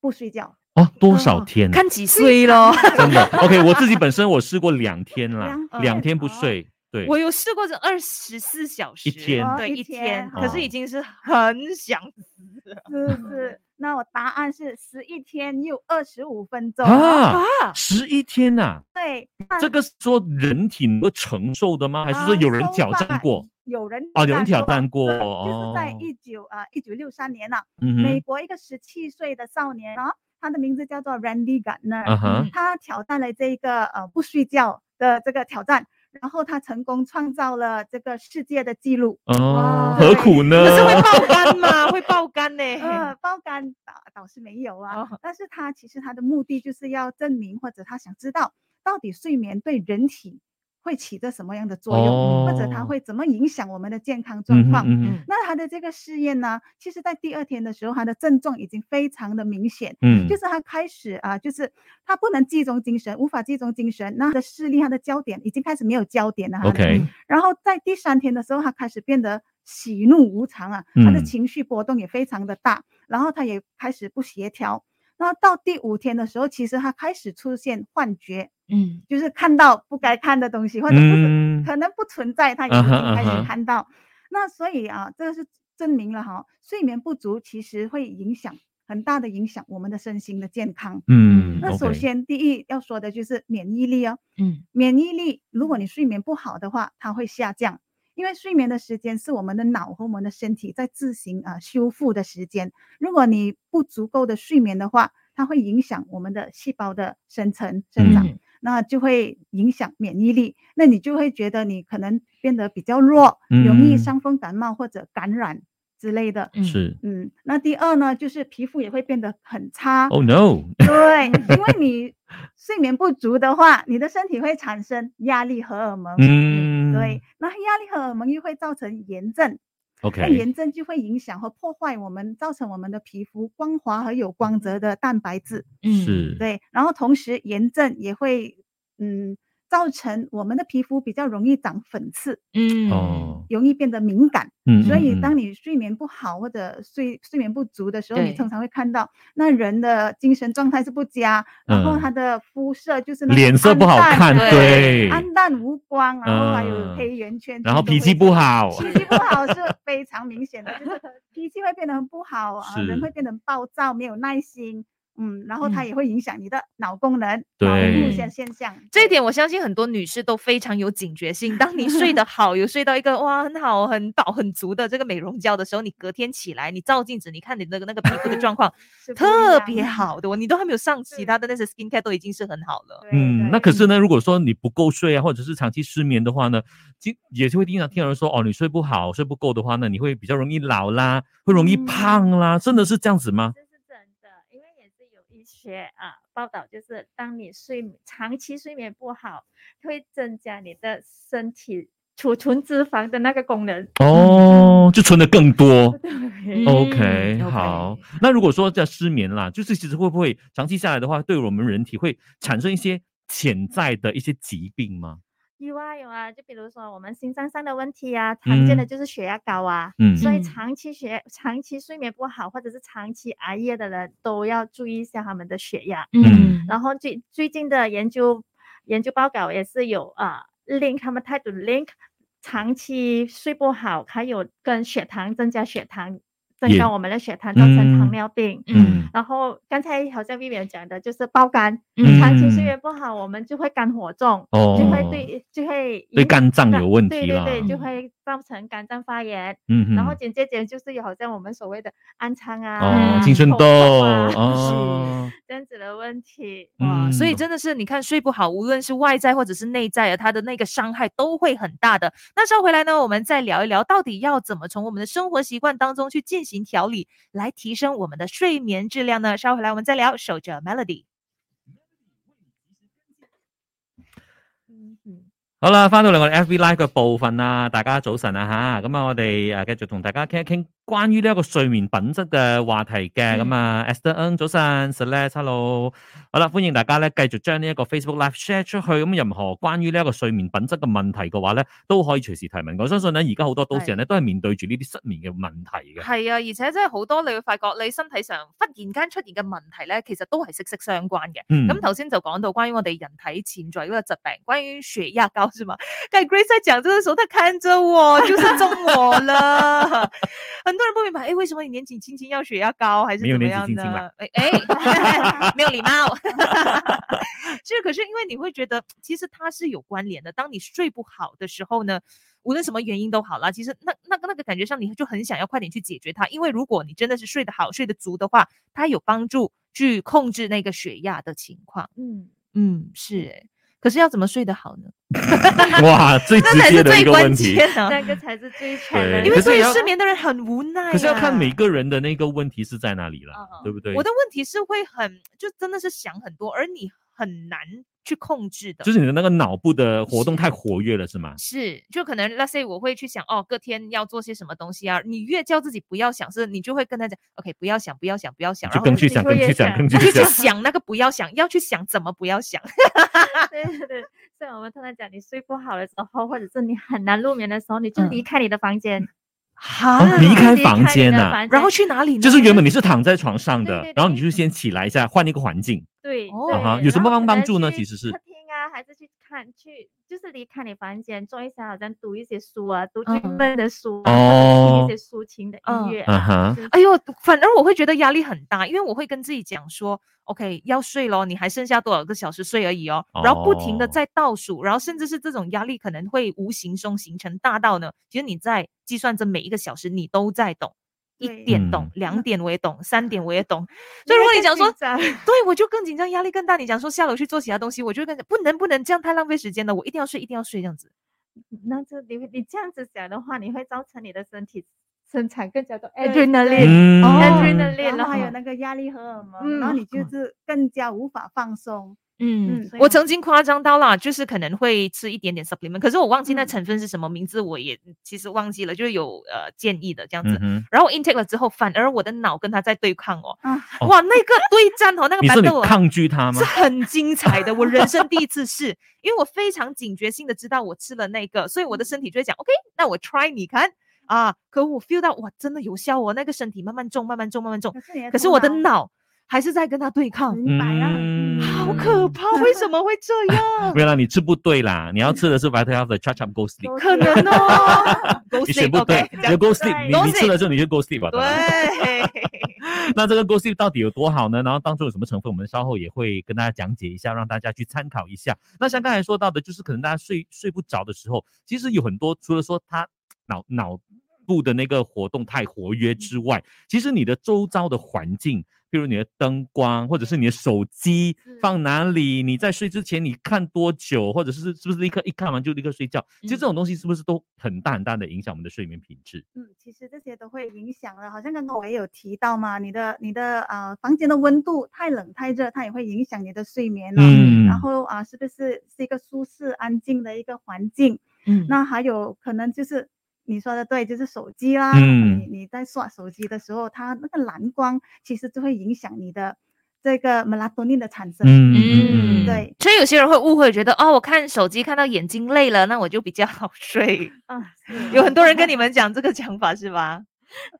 Speaker 4: 不睡觉？
Speaker 2: 哦，多少天啊？
Speaker 1: 看几岁咯。
Speaker 2: 真的，OK，我自己本身我试过两天啦
Speaker 4: 两，天
Speaker 2: 两天不
Speaker 4: 哦
Speaker 2: 睡，对，
Speaker 1: 我有试过这二十四小时，
Speaker 2: 天
Speaker 4: 哦
Speaker 1: 对
Speaker 4: 一
Speaker 1: 一天，
Speaker 4: 天
Speaker 1: 可
Speaker 2: 哦
Speaker 1: 是已经是很想死了
Speaker 4: 是是。那我答案是十一天又二十五分钟。
Speaker 2: 啊，
Speaker 1: 啊！
Speaker 2: 十一天呐、
Speaker 4: 对，
Speaker 2: 这个是说人体能够承受的吗？还是说有人挑战过？？
Speaker 4: 呃有人
Speaker 2: 哦，有人挑
Speaker 4: 过
Speaker 2: 战过，
Speaker 4: 就是在
Speaker 2: 哦，
Speaker 4: 一九啊一九六三年呐、
Speaker 2: 嗯
Speaker 4: 美
Speaker 2: 哼，
Speaker 4: 国一个十七岁的少年啊，他的名字叫做 Randy Gardner，、
Speaker 2: 啊哈
Speaker 1: 嗯，
Speaker 4: 他挑战了这一个呃不睡觉的这个挑战，然后他成功创造了这个世界的 纪录。
Speaker 2: 哦
Speaker 4: 哇，
Speaker 2: 何苦呢
Speaker 1: 可？是会爆肝吗？会爆肝 呢？
Speaker 4: 呃，包干倒倒是没有啊，
Speaker 1: 哦
Speaker 4: 但是他其实他的目的就是要证明或者他想知道到底睡眠对人体会起着什么样的作用，或者它
Speaker 2: 哦
Speaker 4: 会怎么影响我们的健康状
Speaker 2: 嗯
Speaker 4: 况。
Speaker 2: 哼嗯哼
Speaker 1: 嗯
Speaker 4: 那他的这个试验呢，其实在第二天的时候，他的症状已经非常的明显，
Speaker 2: 嗯，
Speaker 4: 就是他开始啊，就是他不能集中精神，无法集中精神，那他的视力、他的焦点已经开始没有焦点了哈。
Speaker 2: OK，
Speaker 4: 然后在第三天的时候，他开始变得喜怒无常啊，他的
Speaker 2: 嗯
Speaker 4: 情绪波动也非常的大，然后他也开始不协调。那到第五天的时候，其实他开始出现幻觉，
Speaker 1: 嗯，
Speaker 4: 就是看到不该看的东西，或者不是
Speaker 2: 嗯，
Speaker 4: 可能不存在，他也
Speaker 2: 啊
Speaker 4: 已
Speaker 2: 哈
Speaker 4: 经开
Speaker 2: 啊哈
Speaker 4: 始看到。那所以啊，这个是证明了哈，睡眠不足其实会影响很大的影响我们的身心的健康。
Speaker 2: 嗯，
Speaker 4: 那首
Speaker 2: OK
Speaker 4: 先第一要说的就是免疫力哦，
Speaker 1: 嗯，
Speaker 4: 免疫力如果你睡眠不好的话，它会下降。因为睡眠的时间是我们的脑和我们的身体在自行啊、呃修复的时间。如果你不足够的睡眠的话，它会影响我们的细胞的生成生长。
Speaker 1: 嗯
Speaker 4: 那就会影响免疫力，那你就会觉得你可能变得比较弱，容易
Speaker 2: 嗯
Speaker 4: 伤风感冒或者感染之类的。
Speaker 1: 嗯
Speaker 2: 是
Speaker 4: 嗯，那第二呢，就是皮肤也会变得很差。
Speaker 2: ，Oh no，
Speaker 4: 对，因为你睡眠不足的话，你的身体会产生压力荷尔蒙。
Speaker 2: 嗯，
Speaker 4: 对，那压力荷尔蒙又会造成炎症，那
Speaker 2: ，OK，
Speaker 4: 炎症就会影响和破坏我们，造成我们的皮肤光滑和有光泽的蛋白质。
Speaker 1: 嗯，
Speaker 2: 是，
Speaker 4: 对，然后同时炎症也会，嗯，造成我们的皮肤比较容易长粉刺，
Speaker 1: 嗯，
Speaker 2: 哦，
Speaker 4: 容易变得敏感。
Speaker 2: 嗯，
Speaker 4: 所以，当
Speaker 2: 你
Speaker 4: 你睡眠不好或者睡睡眠不足的时候，你
Speaker 1: 对
Speaker 4: 通常会看到那人的精神状态是不佳，然后
Speaker 2: 嗯
Speaker 4: 他的肤色就是那
Speaker 2: 脸
Speaker 4: 种
Speaker 2: 色
Speaker 4: 暗
Speaker 2: 不好
Speaker 4: 淡
Speaker 2: 看，
Speaker 1: 对
Speaker 2: 对，
Speaker 4: 暗淡无光，然后还
Speaker 2: 嗯
Speaker 4: 有黑圆圈，
Speaker 2: 然后
Speaker 4: 全
Speaker 2: 脾
Speaker 4: 都
Speaker 2: 气
Speaker 4: 会
Speaker 2: 不
Speaker 4: 是。
Speaker 2: 好，
Speaker 4: 脾气不好是非常明显的，就是脾气会变得很不 好啊，人
Speaker 2: 是
Speaker 4: 会变得很暴躁，没有耐心，嗯，然后它
Speaker 1: 嗯
Speaker 4: 也会影响你的脑功能、脑
Speaker 2: 对
Speaker 4: 部现现象。
Speaker 1: 这一点我相信很多女士都非常有警觉性。当你睡得好，有睡到一个哇很好、很饱、很足的这个美容觉的时候，你隔天起来，你照镜子，你看你那个那个皮肤的状 况
Speaker 4: 是不一
Speaker 1: 特
Speaker 4: 样
Speaker 1: 别
Speaker 4: 的，
Speaker 1: 好的 哦，你都还没有上其
Speaker 4: 是
Speaker 1: 他的那些 skincare 都已经是很好了。
Speaker 4: 对
Speaker 2: 嗯，那
Speaker 4: 对
Speaker 2: 可是呢，如果说你不够睡啊，或者是长期失眠的话呢，经也是会经常听到人说哦，你睡不好、睡不够的话呢，你会比较容易老啦，会容易
Speaker 4: 嗯
Speaker 2: 胖啦，真的是这样子吗？
Speaker 5: 这是真的，因为也是有一些啊报道，就是当你睡眠长期睡眠不好，会增加你的身体储存脂肪的那个功能。
Speaker 2: 哦，就存的更多。
Speaker 5: 嗯对
Speaker 2: OK，
Speaker 1: 嗯
Speaker 2: 好。那如果说在失眠啦，就是其实会不会长期下来的话，对我们人体会产生一些潜在的一些疾病吗？
Speaker 5: 有啊有啊，就比如说我们心脏上的问题啊，常见的
Speaker 2: 嗯
Speaker 5: 就是血压高啊，
Speaker 2: 嗯
Speaker 5: 所以
Speaker 1: 嗯
Speaker 5: 长期血、长期睡眠不好，或者是长期熬夜的人都要注意一下他们的血压。
Speaker 2: 嗯
Speaker 5: 然后最最近的研究研究报告也是有啊、link 他们态度 link 长期睡不好，还有跟血糖增加血糖，增
Speaker 2: 也
Speaker 5: 高我们的血糖，造成
Speaker 2: 嗯
Speaker 5: 糖尿病。
Speaker 1: 嗯
Speaker 5: 然后刚才好像 Vivian 讲的就是爆肝，
Speaker 1: 嗯
Speaker 5: 长期睡
Speaker 2: 嗯
Speaker 5: 眠不好，我们就会肝火重，
Speaker 2: 哦
Speaker 5: 就会对就会
Speaker 2: 对
Speaker 5: 影
Speaker 2: 肝脏
Speaker 5: 肝
Speaker 2: 有问题
Speaker 5: 对
Speaker 2: 啦
Speaker 5: 对对，就
Speaker 1: 嗯
Speaker 5: 会造成肝脏发炎。
Speaker 2: 嗯哼，
Speaker 5: 然后紧接着就是有好像我们所谓的安昌啊、
Speaker 2: 哦，青春
Speaker 5: 头
Speaker 2: 痘
Speaker 5: 痛 啊
Speaker 2: 哦，
Speaker 5: 这样子的问题。
Speaker 1: 哇，所以
Speaker 2: 嗯
Speaker 1: 真的是你看睡不好，无论是外在或者是内在啊，它的那个伤害都会很大的。那稍回来呢，我们再聊一聊，到底要怎么从我们的生活习惯当中去进行调理，来提升我们的睡眠质量呢？稍回来我们再聊。守着 Melody，
Speaker 2: 好啦，翻到嚟我哋 FB Live 啊嘅部分啦，大家早晨啊吓，咁啊我哋诶继续同大家倾一倾關於呢一個睡眠品質嘅話題嘅。
Speaker 1: 嗯
Speaker 2: 咁啊，Esther Ng 早晨，Celeste，hello，好啦，歡迎大家咧繼續將呢一個 Facebook Live share 出去。咁任何關於呢一個睡眠品質嘅問題嘅話咧，都可以隨時提問。我相信咧，而家好多都市人咧都係面對住呢啲失眠嘅問 題嘅。
Speaker 1: 係啊，而且真係好多你會發覺你身體上忽然間出現嘅問題咧，其實都係息息相關嘅。
Speaker 2: 嗯，
Speaker 1: 咁頭先就講到關於我哋人體潛在嗰個疾病，關於血壓高是嘛？ 但 Grace 在講這個時候，他看着我，就是中我了。很多人不明白，哎，為什麼你年紀輕輕要血壓高，還是
Speaker 2: 沒有
Speaker 1: 怎麼
Speaker 2: 年
Speaker 1: 樣
Speaker 2: 紀輕輕
Speaker 1: 呢
Speaker 2: 啦？
Speaker 1: 哎 哎，沒有禮貌。是，可是因為你會覺得，其實它是有關聯的。當你睡不好的時候呢，無論什麼原因都好啦，其實那那個那個感覺上，你就很想要快點去解決它，因為如果你真的是睡得好、睡得足的話，它有幫助去控制那個血壓的情況。
Speaker 5: 嗯，
Speaker 1: 嗯，是诶。可是要怎麼睡得好呢？
Speaker 2: 哇，最
Speaker 1: 那
Speaker 2: 直
Speaker 1: 才
Speaker 2: 接
Speaker 1: 是
Speaker 2: 的一
Speaker 1: 啊 最
Speaker 2: 個問
Speaker 1: 關
Speaker 2: 題。
Speaker 1: 鍵的。
Speaker 5: 那 个才是最全
Speaker 2: 对
Speaker 5: 的。
Speaker 1: 因
Speaker 2: 可
Speaker 1: 為
Speaker 2: 是
Speaker 1: 所以
Speaker 2: 也要
Speaker 1: 失眠的人很無奈。啊
Speaker 2: 可是要看每個人的那個問題是在哪裡啦，
Speaker 1: 哦
Speaker 5: 嗯
Speaker 2: 對不對？
Speaker 1: 我的问题是会很，就真的是想很多，而你很难去控制的。
Speaker 2: 就是是你的那个腦部的活動太活躍了，是嗎？
Speaker 1: 就可能 let's say 我会去想哦，隔天要做些什么东西啊。你越叫自己不要想，是你就会跟他讲，OK，不要想，不要想，不要想，
Speaker 2: 就
Speaker 1: 然后
Speaker 2: 更去
Speaker 5: 自己
Speaker 2: 想，
Speaker 5: 會
Speaker 2: 更去
Speaker 5: 越
Speaker 2: 想，
Speaker 5: 想
Speaker 2: 更
Speaker 1: 你 就去
Speaker 2: 去想。
Speaker 1: 想那个不要想，要去想怎么不要
Speaker 2: 哦
Speaker 1: 想。
Speaker 5: 对对对，所以我们通常讲，你睡不好的时候，或者是你很难入眠的时候，你就
Speaker 1: 嗯
Speaker 5: 离开你的房间，
Speaker 1: 哈
Speaker 2: 哦离开房间啊
Speaker 5: 呐，
Speaker 1: 然后去哪里呢？
Speaker 2: 就是原本你是躺在床上的，
Speaker 5: 对对对
Speaker 2: 然后你就先起来一下，换一个环境。
Speaker 5: 对，
Speaker 1: 哦
Speaker 5: 对
Speaker 1: 啊哈
Speaker 5: 对
Speaker 2: 有什
Speaker 5: 然
Speaker 2: 么
Speaker 5: 后
Speaker 2: 帮
Speaker 5: 可
Speaker 2: 帮
Speaker 5: 能
Speaker 2: 助呢
Speaker 5: 去
Speaker 2: 其实是
Speaker 5: 客厅啊，还是去看去，就是离开你房间，做一下好像读一些书啊，读军
Speaker 1: 嗯
Speaker 5: 奋的书啊，
Speaker 2: 哦
Speaker 5: 或者听一些抒情的
Speaker 1: 嗯
Speaker 5: 音乐
Speaker 2: 嗯
Speaker 5: 啊。
Speaker 2: 哼，
Speaker 5: 就是
Speaker 1: 哎呦，反而我会觉得压力很大，因为我会跟自己讲说，OK，要睡咯，你还剩下多少个小时睡而已哦，然后不停的
Speaker 2: 哦
Speaker 1: 在倒数，然后甚至是这种压力可能会无形中形成大到呢，其实你在计算着每一个小时，你都在懂。一
Speaker 5: 对
Speaker 1: 点懂
Speaker 2: 嗯，
Speaker 1: 两点我也懂，三点我也懂，所以如果你讲说，对我就更紧张，压力更大。你讲说下楼去做其他东西，我就会跟你讲不能不能这样太浪费时间了，我一定要睡，一定要睡这样子。
Speaker 5: 那就你会你这样子想的话，你会造成你的身体生产更加多
Speaker 4: 对
Speaker 5: adrenaline，
Speaker 2: 嗯，
Speaker 5: adrenaline
Speaker 4: 然后还有
Speaker 5: 了
Speaker 4: 那个压力荷尔蒙，然后
Speaker 5: 嗯
Speaker 4: 你就是更加无法放松。
Speaker 1: 嗯
Speaker 4: 嗯，
Speaker 1: 我
Speaker 5: 所以
Speaker 1: 曾经夸张到啦，就是可能会吃一点点 supplement，可是我忘记那
Speaker 4: 嗯
Speaker 1: 成分是什么名字，我也其实忘记了，就是有呃建议的这样子
Speaker 2: 嗯。哼，
Speaker 1: 然后我 intake 了之后，反而我的脑跟它在对抗哦，
Speaker 4: 啊
Speaker 2: 哦
Speaker 1: 哇，那个对战哦，那个
Speaker 2: 你说
Speaker 1: battle
Speaker 2: 你
Speaker 1: 哦
Speaker 2: 抗拒它吗
Speaker 1: 是？很精彩的，我人生第一次试， 因为我非常警觉性的知道我吃了那个，所以我
Speaker 2: 嗯
Speaker 1: 的身体就会讲 OK，那我 try 你看啊，可我 feel 到哇，真的有效哦，那个身体慢慢重，慢慢重，慢慢
Speaker 2: 嗯
Speaker 1: 重，
Speaker 4: 可是你的
Speaker 1: 可是
Speaker 4: 头
Speaker 1: 我的脑还是在跟它对抗。
Speaker 4: 明白啊，
Speaker 2: 嗯
Speaker 1: 好可怕！为什么会这 样？
Speaker 2: 没有啦，你吃不对啦，你要吃的是 Vital Health 的 Charge Up Go Sleep，
Speaker 1: 可能
Speaker 5: 啊
Speaker 1: 哦，Go
Speaker 2: 你选不
Speaker 1: sleep，OK，
Speaker 2: 对，
Speaker 1: 这
Speaker 2: 你
Speaker 1: 样
Speaker 2: 就 Go Sleep，
Speaker 1: Go
Speaker 2: 你你
Speaker 1: sleep
Speaker 2: 吃了之后你就 Go Sleep 吧。
Speaker 1: 对，
Speaker 2: 那这个 Go Sleep 到底有多好呢？然后当中有什么成分，我们稍后也会跟大家讲解一下，让大家去参考一下。那像刚才说到的，就是可能大家睡睡不着的时候，其实有很多除了说他脑脑部的那个活动太活跃之外，
Speaker 4: 嗯
Speaker 2: 其实你的周遭的环境。譬如你的灯光，或者是你的手机
Speaker 5: 是
Speaker 2: 放哪里？你在睡之前你看多久，或者是是不是立刻一看完就立刻睡觉？其实这种东西是不是都很大很大的影响我们的睡眠品质？
Speaker 4: 嗯，其实这些都会影响了，好像刚刚我也有提到嘛，你的你的啊、呃房间的温度太冷太热，它也会影响你的睡眠了。然
Speaker 2: 嗯
Speaker 4: 后啊、是不是是一个舒适安静的一个环境？
Speaker 1: 嗯
Speaker 4: 那还有可能就是你说的对，就是手机啦，
Speaker 2: 嗯
Speaker 4: 你你在刷手机的时候，它那个蓝光其实就会影响你的这个 melatonin 的产生。
Speaker 2: 嗯
Speaker 1: 嗯，
Speaker 4: 对，
Speaker 1: 所以有些人会误会，觉得哦，我看手机看到眼睛累了，那我就比较好睡。
Speaker 2: 哦
Speaker 5: 啊，
Speaker 1: 有很多人跟你们讲这个讲法是吧？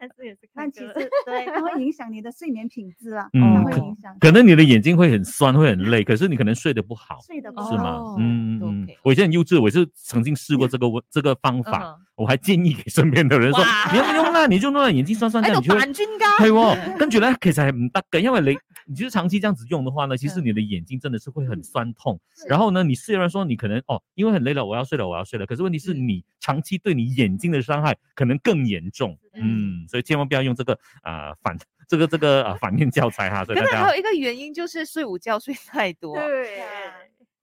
Speaker 5: 但是也是看
Speaker 4: 但其
Speaker 5: 久了
Speaker 4: 实 对，它会影响你的睡眠品质啊，它
Speaker 2: 嗯
Speaker 4: 会
Speaker 1: 哦
Speaker 4: 影响
Speaker 2: 可能你的眼睛会很酸，会很累，可是你可能睡得不好，
Speaker 4: 睡得不
Speaker 2: 是
Speaker 4: 好。
Speaker 2: 吗
Speaker 1: 嗯哦？
Speaker 2: 嗯嗯
Speaker 1: 都
Speaker 2: 嗯
Speaker 1: OK，嗯
Speaker 2: 我以前很幼稚，我是曾经试过这个问这个方法，我还建議俾身邊嘅人說：
Speaker 1: 哇哎
Speaker 2: 你有冇用啊啦？你就弄到眼睛酸酸
Speaker 1: 喺
Speaker 2: 啫，
Speaker 1: 度
Speaker 2: 你就會
Speaker 1: 扮專家。
Speaker 2: 係喎。跟住咧，其實係唔得嘅，因為你你就是長期這樣子用的話呢，其實
Speaker 1: 嗯
Speaker 2: 你的眼睛真的是會很酸痛。
Speaker 5: 是
Speaker 2: 然後呢，你雖然說你可能哦，因為很累了，我要睡了，我要睡了，可是問題是
Speaker 1: 嗯
Speaker 2: 你長期對你眼睛的傷害可能更嚴重。
Speaker 1: 嗯
Speaker 2: 嗯，所以千萬不要用這個啊、呃反这个这个啊、呃反面教材哈，所以
Speaker 1: 可
Speaker 2: 大
Speaker 1: 能
Speaker 2: 家
Speaker 1: 还有一个原因就是睡午觉睡太多。
Speaker 5: 对，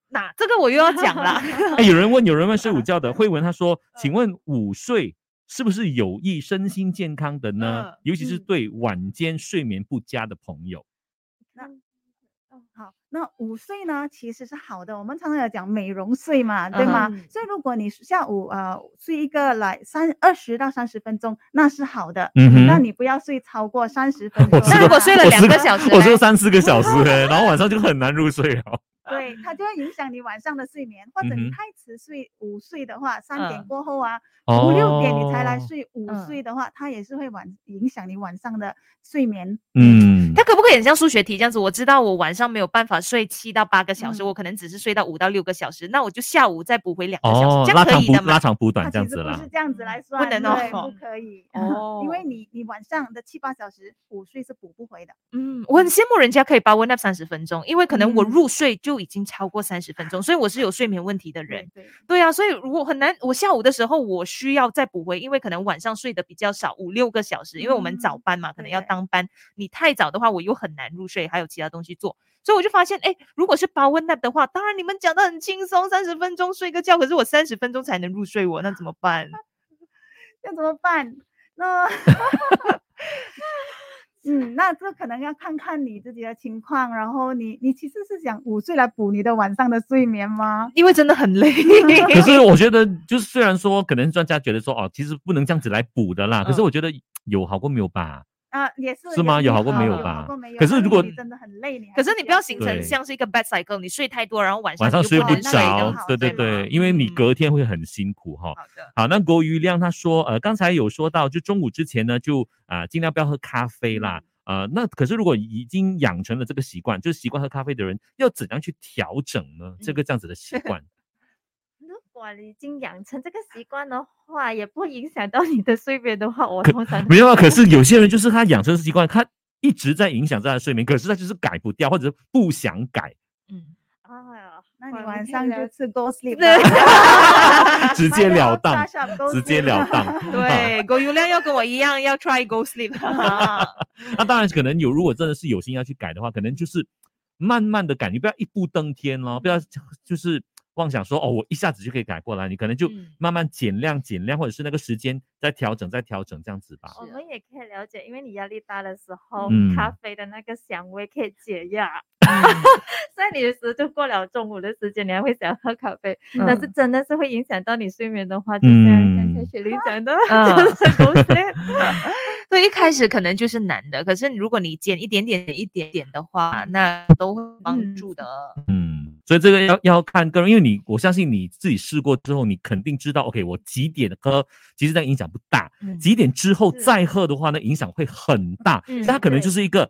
Speaker 1: 那这个我又要讲啦。
Speaker 2: 哎，有人问，有人问
Speaker 1: 嗯
Speaker 2: 睡午觉的，慧文他说，请问午睡是不是有益身心健康的呢
Speaker 1: 嗯？
Speaker 2: 尤其是
Speaker 5: 嗯
Speaker 2: 对晚间睡眠不佳的朋友，
Speaker 4: 那
Speaker 5: 嗯
Speaker 4: 好，那午睡呢，其实是好的。我们常常有讲美容睡嘛，对吗
Speaker 5: 嗯
Speaker 4: 所以如果你下午呃睡一个来三二十到三十分钟，那是好的。
Speaker 2: 嗯哼
Speaker 4: 那你不要睡超过三十分
Speaker 2: 我知
Speaker 4: 钟。
Speaker 1: 那
Speaker 2: 道
Speaker 1: 如果睡了
Speaker 2: 我
Speaker 1: 两
Speaker 2: 是
Speaker 1: 个小时
Speaker 2: 我
Speaker 1: 嘞，
Speaker 2: 睡三四 个小时、欸，然后晚上就很难入睡了。
Speaker 4: 对，它就会影响你晚上的睡眠，或者
Speaker 2: 嗯
Speaker 4: 你
Speaker 2: 哼
Speaker 4: 太迟睡午睡的话，三点
Speaker 1: 嗯
Speaker 4: 过后啊，
Speaker 2: 哦
Speaker 4: 五六点你才来睡，午
Speaker 1: 嗯
Speaker 4: 睡的话，它也是会晚影响你晚上的睡眠。
Speaker 2: 嗯，
Speaker 1: 它可不可以很像数学题这样子？我知道我晚上没有办法睡七到八个小时，
Speaker 4: 嗯
Speaker 1: 我可能只是睡到五到六个小时，那我就下午再补回两个小时，
Speaker 2: 哦，
Speaker 1: 这样
Speaker 2: 拉
Speaker 1: 可
Speaker 2: 长
Speaker 1: 以
Speaker 2: 补
Speaker 1: 的
Speaker 2: 拉
Speaker 1: 吗？
Speaker 2: 长补短
Speaker 4: 它
Speaker 2: 这样
Speaker 4: 其实
Speaker 2: 子
Speaker 4: 不
Speaker 2: 啦
Speaker 1: 哎
Speaker 4: 是。这样子来算，
Speaker 1: 能
Speaker 4: 对
Speaker 1: 哦
Speaker 4: 不可以。
Speaker 1: 哦
Speaker 4: 因为你你晚上的七八小时午睡是补不回的。
Speaker 1: 嗯，我很羡慕人家可以 power nap 三十分钟，因为可能我
Speaker 4: 嗯
Speaker 1: 入睡就已经超过三十分钟，所以我是有睡眠问题的人。
Speaker 4: 对，
Speaker 1: 对啊，所以如果很难，我下午的时候我需要再补回，因为可能晚上睡得比较少，五六个小时，因为我们早
Speaker 4: 嗯
Speaker 1: 班嘛，可能
Speaker 4: 对
Speaker 1: 要
Speaker 4: 对
Speaker 1: 当班，你太早的话我又很难入睡，还有其他东西做，所以我就发现，哎，如果是 power nap 的话，当然你们讲的很轻松，三十分钟睡个觉，可是我三十分钟才能入睡我，那怎么办？
Speaker 4: 那怎么办？ 那，嗯，那这可能要看看你自己的情况，然后你你其实是想午睡来补你的晚上的睡眠吗？
Speaker 1: 因为真的很累。
Speaker 2: 可是我觉得，就是虽然说可能专家觉得说哦，其实不能这样子来补的啦，可是
Speaker 1: 嗯
Speaker 2: 我觉得有好过没有吧？
Speaker 4: 啊，也是
Speaker 2: 是吗
Speaker 4: 也
Speaker 2: 有好过没
Speaker 4: 好
Speaker 2: 有
Speaker 4: 有
Speaker 2: 吧
Speaker 4: 好过没有
Speaker 2: 可是
Speaker 4: 但
Speaker 2: 如果
Speaker 4: 你真的很累，你还
Speaker 1: 可是你不要
Speaker 4: 休
Speaker 1: 形
Speaker 4: 息
Speaker 1: 成
Speaker 2: 对
Speaker 1: 像是一个 bad cycle，你睡太多，然后晚上
Speaker 2: 晚上
Speaker 1: 你又
Speaker 2: 睡
Speaker 1: 不
Speaker 2: 不
Speaker 1: 能
Speaker 4: 那个
Speaker 2: 着
Speaker 4: 好，
Speaker 2: 对对
Speaker 4: 对
Speaker 2: 对
Speaker 4: 吗，
Speaker 2: 因为你
Speaker 1: 嗯
Speaker 2: 隔天会很辛苦哈。
Speaker 1: 好的，
Speaker 2: 好，那郭于亮他说，呃，刚才有说到，就中午之前呢，就啊、尽量不要喝咖啡啦。
Speaker 1: 嗯
Speaker 2: 呃，那可是如果已经养成了这个习惯，就是习惯喝咖啡的人，要怎样去调整呢？这
Speaker 1: 嗯
Speaker 2: 个这样子 的习惯，
Speaker 5: 如果你已经养成这个习惯的话，也不影响到你的睡眠的话，我
Speaker 2: 可
Speaker 5: 通 常
Speaker 2: 没有啊。可是有些人就是他养成习惯，他一直在影响着他的睡眠，可是他就是改不掉，或者是不想改，
Speaker 1: 嗯，
Speaker 5: 啊，
Speaker 4: 那你
Speaker 5: 哇你
Speaker 4: 晚
Speaker 5: 太
Speaker 4: 上
Speaker 5: 了
Speaker 4: 就吃 Go Sleep
Speaker 1: 对啊
Speaker 4: 吧
Speaker 2: 直
Speaker 4: 买
Speaker 2: 截
Speaker 4: 个
Speaker 2: 了
Speaker 4: Ultra
Speaker 2: 当
Speaker 4: Sharp Go
Speaker 2: 直截
Speaker 4: Sleep
Speaker 2: 了 当。
Speaker 1: 对，狗油亮要跟我一样要 try go sleep 啊。
Speaker 2: 那当然可能有，如果真的是有心要去改的话，可能就是慢慢的改，你不要一步登天咯，不要就是妄想说哦，我一下子就可以改过来，你可能就
Speaker 1: 嗯
Speaker 2: 慢慢减量减量，或者是那个时间再调整再调整这样子吧。
Speaker 5: 我
Speaker 1: 是啊
Speaker 5: 们也可以了解，因为你压力大的时候，
Speaker 2: 嗯
Speaker 5: 咖啡的那个香味可以解压，
Speaker 1: 嗯
Speaker 5: 所以你有时就过了中午的时间，你还会想喝咖啡，但
Speaker 4: 嗯
Speaker 1: 嗯
Speaker 5: 是真的是会影响到你睡眠的话，就像刚才
Speaker 2: 嗯
Speaker 5: 雪玲讲的，
Speaker 1: 嗯
Speaker 5: 就是不是
Speaker 1: 对，一开始可能就是难的，可是如果你减一点点、一点点的话，那都会帮
Speaker 4: 嗯
Speaker 1: 助的。
Speaker 2: 嗯，所以这个要要看个人，因为你我相信你自己试过之后，你肯定知道，OK，我几点喝，其实那个影响不大，
Speaker 1: 嗯
Speaker 2: 几点之后
Speaker 5: 是
Speaker 2: 再喝的话呢，影响会很大，
Speaker 1: 嗯
Speaker 2: 它可能就
Speaker 5: 对
Speaker 2: 是一个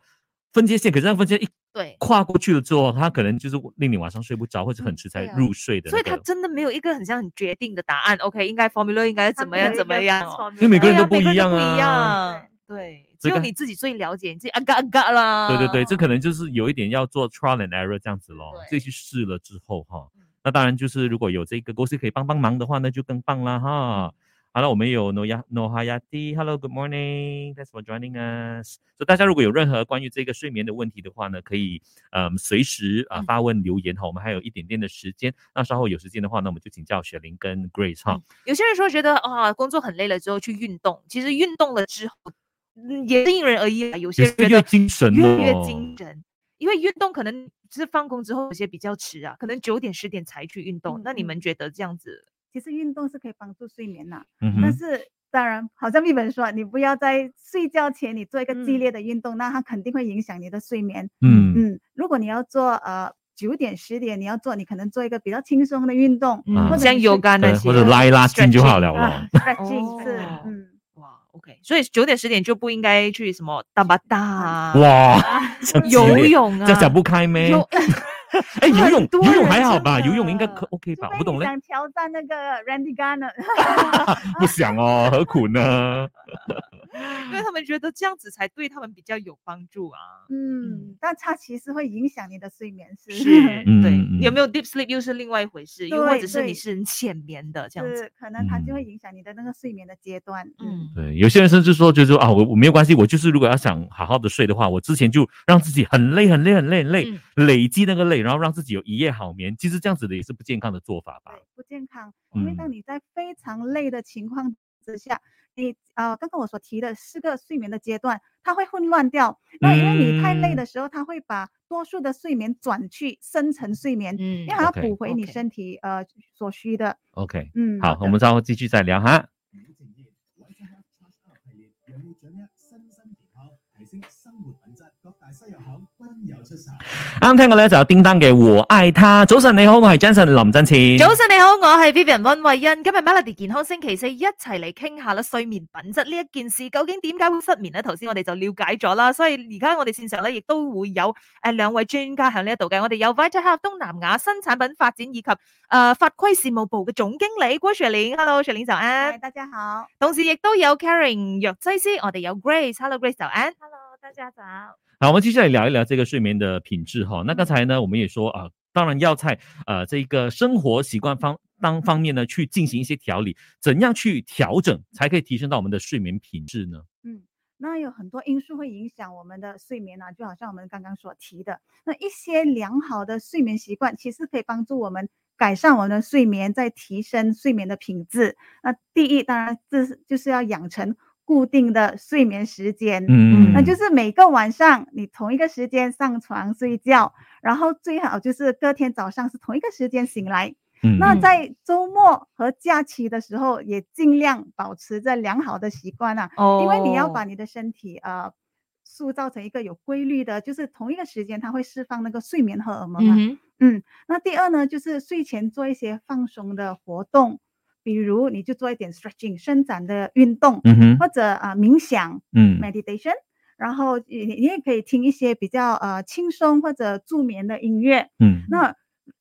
Speaker 2: 分界线，可是那个分界线一
Speaker 1: 对，
Speaker 2: 跨过去了之后，他可能就是令你晚上睡不着，或者很迟才
Speaker 1: 对啊
Speaker 2: 入睡的、
Speaker 1: 所
Speaker 2: 那
Speaker 1: 以它
Speaker 2: 个。
Speaker 1: 真的没有一个很像很决定的答案。OK，应该 formula 应该怎么样怎么样哦？
Speaker 2: 因
Speaker 5: 因
Speaker 2: 为每个
Speaker 1: 对
Speaker 2: 人
Speaker 1: 啊
Speaker 2: 都不
Speaker 1: 每
Speaker 2: 一样
Speaker 1: 不一
Speaker 2: 啊
Speaker 1: 样。对，只
Speaker 2: 所以
Speaker 1: 有
Speaker 2: 刚
Speaker 1: 你自己最了解，你自己啊嘎啊嘎啦。
Speaker 2: 对对对，这可能就是有一点要做 trial and error 这样子咯，自己去试了之后哈。
Speaker 1: 嗯
Speaker 2: 那当然就是如果有这个公司可以帮帮忙的话，那就更棒啦哈。好了，我们有 Noya Nohayati，Hello，Good morning，Thanks for joining us。所以大家如果有任何关于这个睡眠的问题的话呢，可以嗯随时啊、
Speaker 1: 嗯
Speaker 2: 发问留言哈。我们还有一点点的时间，那稍后有时间的话呢，我们就请教雪玲跟 Grace 哈。
Speaker 1: 有些人说觉得啊，工作很累了之后去运动，其实运动了之后，嗯也是因人而异啊。有些
Speaker 2: 也
Speaker 1: 人
Speaker 2: 是
Speaker 1: 觉
Speaker 2: 越
Speaker 1: 得
Speaker 2: 精神
Speaker 1: 越
Speaker 2: 哦，
Speaker 1: 来越精神。因为运动可能就是放工之后有些比较迟啊，可能九点十点才去运动。
Speaker 4: 嗯
Speaker 1: 那你
Speaker 4: 嗯
Speaker 1: 们觉得这样子？
Speaker 4: 其实运动是可以帮助睡眠呐、
Speaker 2: 嗯
Speaker 4: 但
Speaker 2: 哼，
Speaker 4: 是当然，好像一本说，你不要在睡觉前你做一个激烈的运动，那它肯定会影响你的睡眠。
Speaker 2: 嗯
Speaker 4: 嗯，如果你要做呃九点十点你要做，你可能做一个比较轻松的运动，
Speaker 2: 嗯啊
Speaker 4: 或者
Speaker 1: 像
Speaker 4: 你去
Speaker 1: yoga 那
Speaker 2: 对，
Speaker 1: 些
Speaker 2: 或者拉一拉筋就好了
Speaker 1: stretching
Speaker 2: 咯
Speaker 4: 啊。，stretching 是
Speaker 1: 哦
Speaker 4: 嗯，
Speaker 1: 哇，OK，所以九点十点就不应该去什么打巴
Speaker 4: 嗯
Speaker 1: 打啊、
Speaker 2: 哇，这样
Speaker 1: 游
Speaker 2: 激烈
Speaker 1: 泳
Speaker 2: 这样
Speaker 1: 啊
Speaker 2: 想，不开咩
Speaker 1: 游？
Speaker 2: 哎，游泳
Speaker 1: 很多
Speaker 2: 游泳
Speaker 1: 人啊
Speaker 2: 还好
Speaker 1: 真
Speaker 2: 吧，
Speaker 1: 的
Speaker 2: 游泳应该可 OK
Speaker 4: 除
Speaker 2: 吧？
Speaker 4: 非
Speaker 2: 不啊懂
Speaker 4: 你
Speaker 2: 嘞，
Speaker 4: 想挑战那个 Randy Garner，嗯
Speaker 1: 啊
Speaker 2: 不想哦， 何苦呢？
Speaker 1: 因为他们觉得这样子才对他们比较有帮助啊。
Speaker 4: 嗯，但它其实会影响你的睡眠，是
Speaker 1: 是， 对
Speaker 2: 嗯，
Speaker 1: 有没有 deep sleep 又是另外一回事，又或
Speaker 4: 对
Speaker 1: 者是你
Speaker 4: 对
Speaker 1: 是很浅眠的这样子。
Speaker 4: 是可能它就会
Speaker 2: 嗯
Speaker 4: 影响你的那个睡眠的阶段，嗯
Speaker 1: 嗯，
Speaker 2: 对，有些人甚至说，就是说啊，我我没有关系，我就是如果要想好好的睡的话，我之前就让自己很累很累很累很累
Speaker 1: 嗯，
Speaker 2: 累积那个累，然后让自己有一夜好眠。其实这样子的也是不健康的做法吧
Speaker 4: 对？，不健康。因为当
Speaker 2: 啊嗯
Speaker 4: 你在非常累的情况之下，你呃刚刚我所提的四个睡眠的阶段，它会混乱掉。那因为你太累的时候，它会把多数的睡眠转去深层睡眠，
Speaker 1: 嗯
Speaker 4: 因为还要
Speaker 2: OK
Speaker 4: 补回你
Speaker 1: OK
Speaker 4: 身体呃所需的。
Speaker 2: OK，
Speaker 4: 嗯，
Speaker 2: 好，
Speaker 4: 的
Speaker 2: 我们稍后继续再聊哈。
Speaker 3: 每正業 White Up Charge Up 系列，讓你掌握身心健康，提升生活品質。各大西藥行均有出售。
Speaker 2: 啱聽過咧就有叮當嘅和愛他。早晨你好，我係 Jason 林振前。
Speaker 1: 早晨你好，我系 Vivian 温慧欣。今日 Melody 健康星期四一齐嚟倾下啦，睡眠品质呢一件事究竟点解会失眠咧？头先我哋就了解咗啦，所以而家我哋线上咧亦都会有诶两位专家喺呢一度嘅，我哋有 Vita Health 东南亚新产品发展以及诶、呃法规事务部嘅总经理郭雪玲。Hello，雪玲早
Speaker 4: 嗨
Speaker 1: 安。
Speaker 4: 哎大家好，
Speaker 1: 同时亦都有 Karen 药剂师，我哋有 Grace。Hello Grace 早安。
Speaker 5: Hello，大家早。
Speaker 2: 好，我们继续来聊一聊这个睡眠的品质哈。那刚才呢，我们也说啊，当然要在呃这个生活习惯方当方面呢去进行一些调理，怎样去调整才可以提升到我们的睡眠品质呢？
Speaker 4: 那有很多因素会影响我们的睡眠啊，就好像我们刚刚所提的，那一些良好的睡眠习惯，其实可以帮助我们改善我们的睡眠，再提升睡眠的品质。那第一，当然这是就是要养成固定的睡眠时间，
Speaker 2: 嗯
Speaker 4: 那就是每个晚上你同一个时间上床睡觉，然后最好就是隔天早上是同一个时间醒来。
Speaker 2: 嗯
Speaker 4: 那
Speaker 2: 嗯
Speaker 4: 在周末和假期的时候，也尽量保持着良好的习惯啊。
Speaker 1: 哦
Speaker 4: 因为你要把你的身体呃塑造成一个有规律的，就是同一个时间它会释放那个睡眠荷尔蒙
Speaker 1: 嗯
Speaker 4: 啊。
Speaker 1: 哼
Speaker 4: 那第二呢，就是睡前做一些放松的活动，比如你就做一点 stretching 伸展的运动，
Speaker 2: 嗯哼
Speaker 4: 或者啊、呃冥想
Speaker 2: 嗯
Speaker 4: meditation，然后你你也可以听一些比较呃轻松或者助眠的音乐。
Speaker 2: 嗯
Speaker 4: 那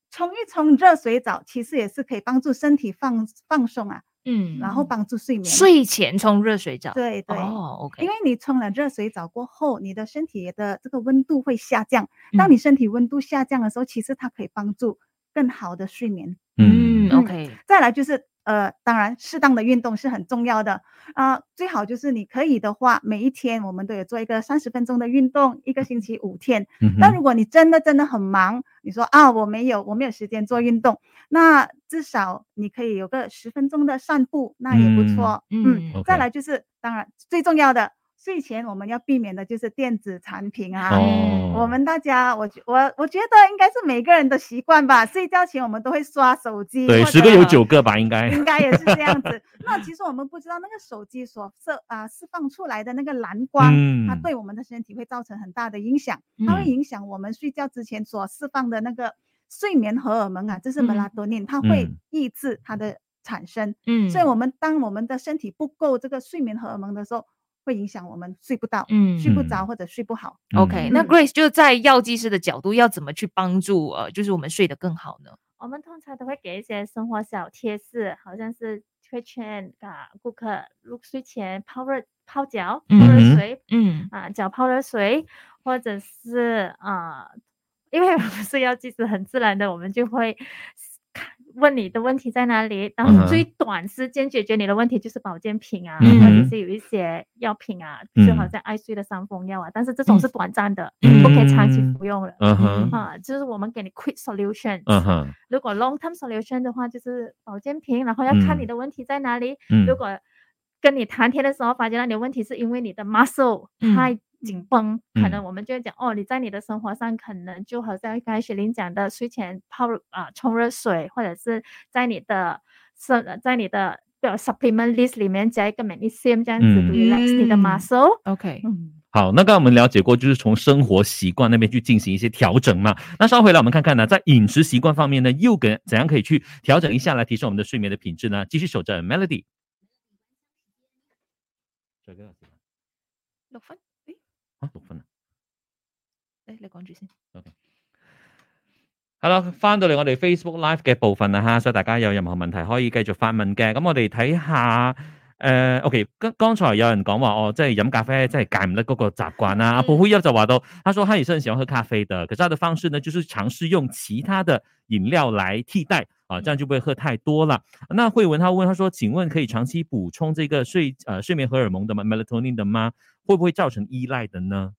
Speaker 4: 冲一冲热水澡，其实也是可以帮助身体放放松啊，
Speaker 1: 嗯
Speaker 4: 然后帮助睡眠啊。
Speaker 1: 睡前冲热水澡。
Speaker 4: 对对。
Speaker 1: 哦，OK。
Speaker 4: 因为你冲了热水澡过后，你的身体的这个温度会下降。
Speaker 1: 嗯
Speaker 4: 当你身体温度下降的时候，其实它可以帮助更好的睡眠。
Speaker 1: 嗯
Speaker 2: 嗯
Speaker 1: ，OK。
Speaker 4: 再来就是呃，当然适当的运动是很重要的啊、最好就是你可以的话，每一天我们都有做一个三十分钟的运动，一个星期五天。
Speaker 2: 嗯
Speaker 4: 那如果你真的真的很忙，你说啊我没有我没有时间做运动，那至少你可以有个十分钟的散步，那也不错。嗯，
Speaker 1: 嗯
Speaker 4: 再
Speaker 2: OK
Speaker 4: 来就是当然最重要的，睡前我们要避免的就是电子产品啊。
Speaker 2: 哦，
Speaker 4: 我们大家，我觉我我觉得应该是每个人的习惯吧。睡觉前我们都会刷手机，啊
Speaker 2: 对
Speaker 4: 或
Speaker 2: 十
Speaker 4: 者
Speaker 2: 个有九个吧，应该
Speaker 4: 应该也是这样子。那其实我们不知道那个手机所射啊、释放出来的那个蓝光，它
Speaker 2: 嗯
Speaker 4: 对我们的身体会造成很大的影响，它会
Speaker 2: 嗯
Speaker 4: 影响我们睡觉之前所释放的那个睡眠荷尔蒙啊，这是
Speaker 1: 嗯
Speaker 4: melatonin，、它会
Speaker 2: 嗯
Speaker 4: 抑制它的产生。
Speaker 1: 嗯
Speaker 4: 所以，我们当我们的身体不够这个睡眠荷尔蒙的时候，会影响我们睡不到、
Speaker 1: 嗯
Speaker 4: 睡不
Speaker 2: 嗯
Speaker 4: 着或者睡不好。
Speaker 1: OK，、那
Speaker 4: 嗯
Speaker 1: Grace 就在药剂师的角度，要怎么去帮助呃，就是我们睡得更好呢？
Speaker 5: 我们通常都会给一些生活小贴士，好像是会劝啊顾客入睡前泡热泡脚、泡
Speaker 1: 嗯
Speaker 2: 哼
Speaker 5: 热水
Speaker 1: 嗯
Speaker 5: 啊，脚泡热水，或者是啊、因为我们是药剂师，很自然的我们就会看问你的问题在哪里，然
Speaker 2: 嗯哼
Speaker 5: 后最短时间解决你的问题就是保健品啊，
Speaker 2: 嗯
Speaker 5: 或
Speaker 2: 哼
Speaker 5: 者是有一些药品啊，就好
Speaker 2: 嗯
Speaker 5: 像爱睡的伤风药啊，但是这种是短暂的，
Speaker 2: 嗯
Speaker 5: 不可以长期服用的。
Speaker 2: 嗯哼
Speaker 5: 啊，就是我们给你 quick solution，、
Speaker 2: 嗯哼
Speaker 5: 如果 long term solution 的话，就是保健品，然后要看
Speaker 2: 嗯
Speaker 5: 你的问题在哪里，
Speaker 2: 嗯
Speaker 5: 如果跟你谈天的时候发现到你的问题是因为你的 muscle
Speaker 1: 嗯
Speaker 5: 太紧绷，可能
Speaker 2: 嗯
Speaker 5: 我们就会讲哦，你在你的生活上可能就好像刚才雪玲讲的，睡前泡啊、冲热水，或者是在你的生呃在你的呃 supplement list 里面加一个 magnesium 这样子、
Speaker 2: 嗯
Speaker 5: relax 你的
Speaker 1: 嗯
Speaker 5: muscle。
Speaker 1: ，OK，
Speaker 5: 嗯，
Speaker 2: 好，那刚刚我们了解过，就是从生活习惯那边去进行一些调整嘛。那稍后回来我们看看呢，在饮食习惯方面呢，又跟怎样可以去调整一下来提升我们的睡眠的品质呢？继续守着 Melody。再幾多時間
Speaker 1: 六分，诶，
Speaker 2: 啊六分啊
Speaker 1: 诶，哎你講住先。
Speaker 2: 系啦，翻到嚟我哋 Facebook Live 嘅部分啦吓，所以大家有任何問題可以繼續發問嘅。咁我哋睇下。誒、OK，剛剛才有人講話哦，即係飲咖啡真係戒唔甩嗰個習慣啦。阿布
Speaker 5: 嗯
Speaker 2: 灰一就話到，他說他也是很喜歡喝咖啡的，可是他的方式呢，就是嘗試用其他的呃飲料來替代啊，這樣就不會喝太多了。那慧文他問他說，請問可以長期補充這個睡呃睡眠荷爾蒙的嗎？melatonin 的嗎？會不會造成依賴的呢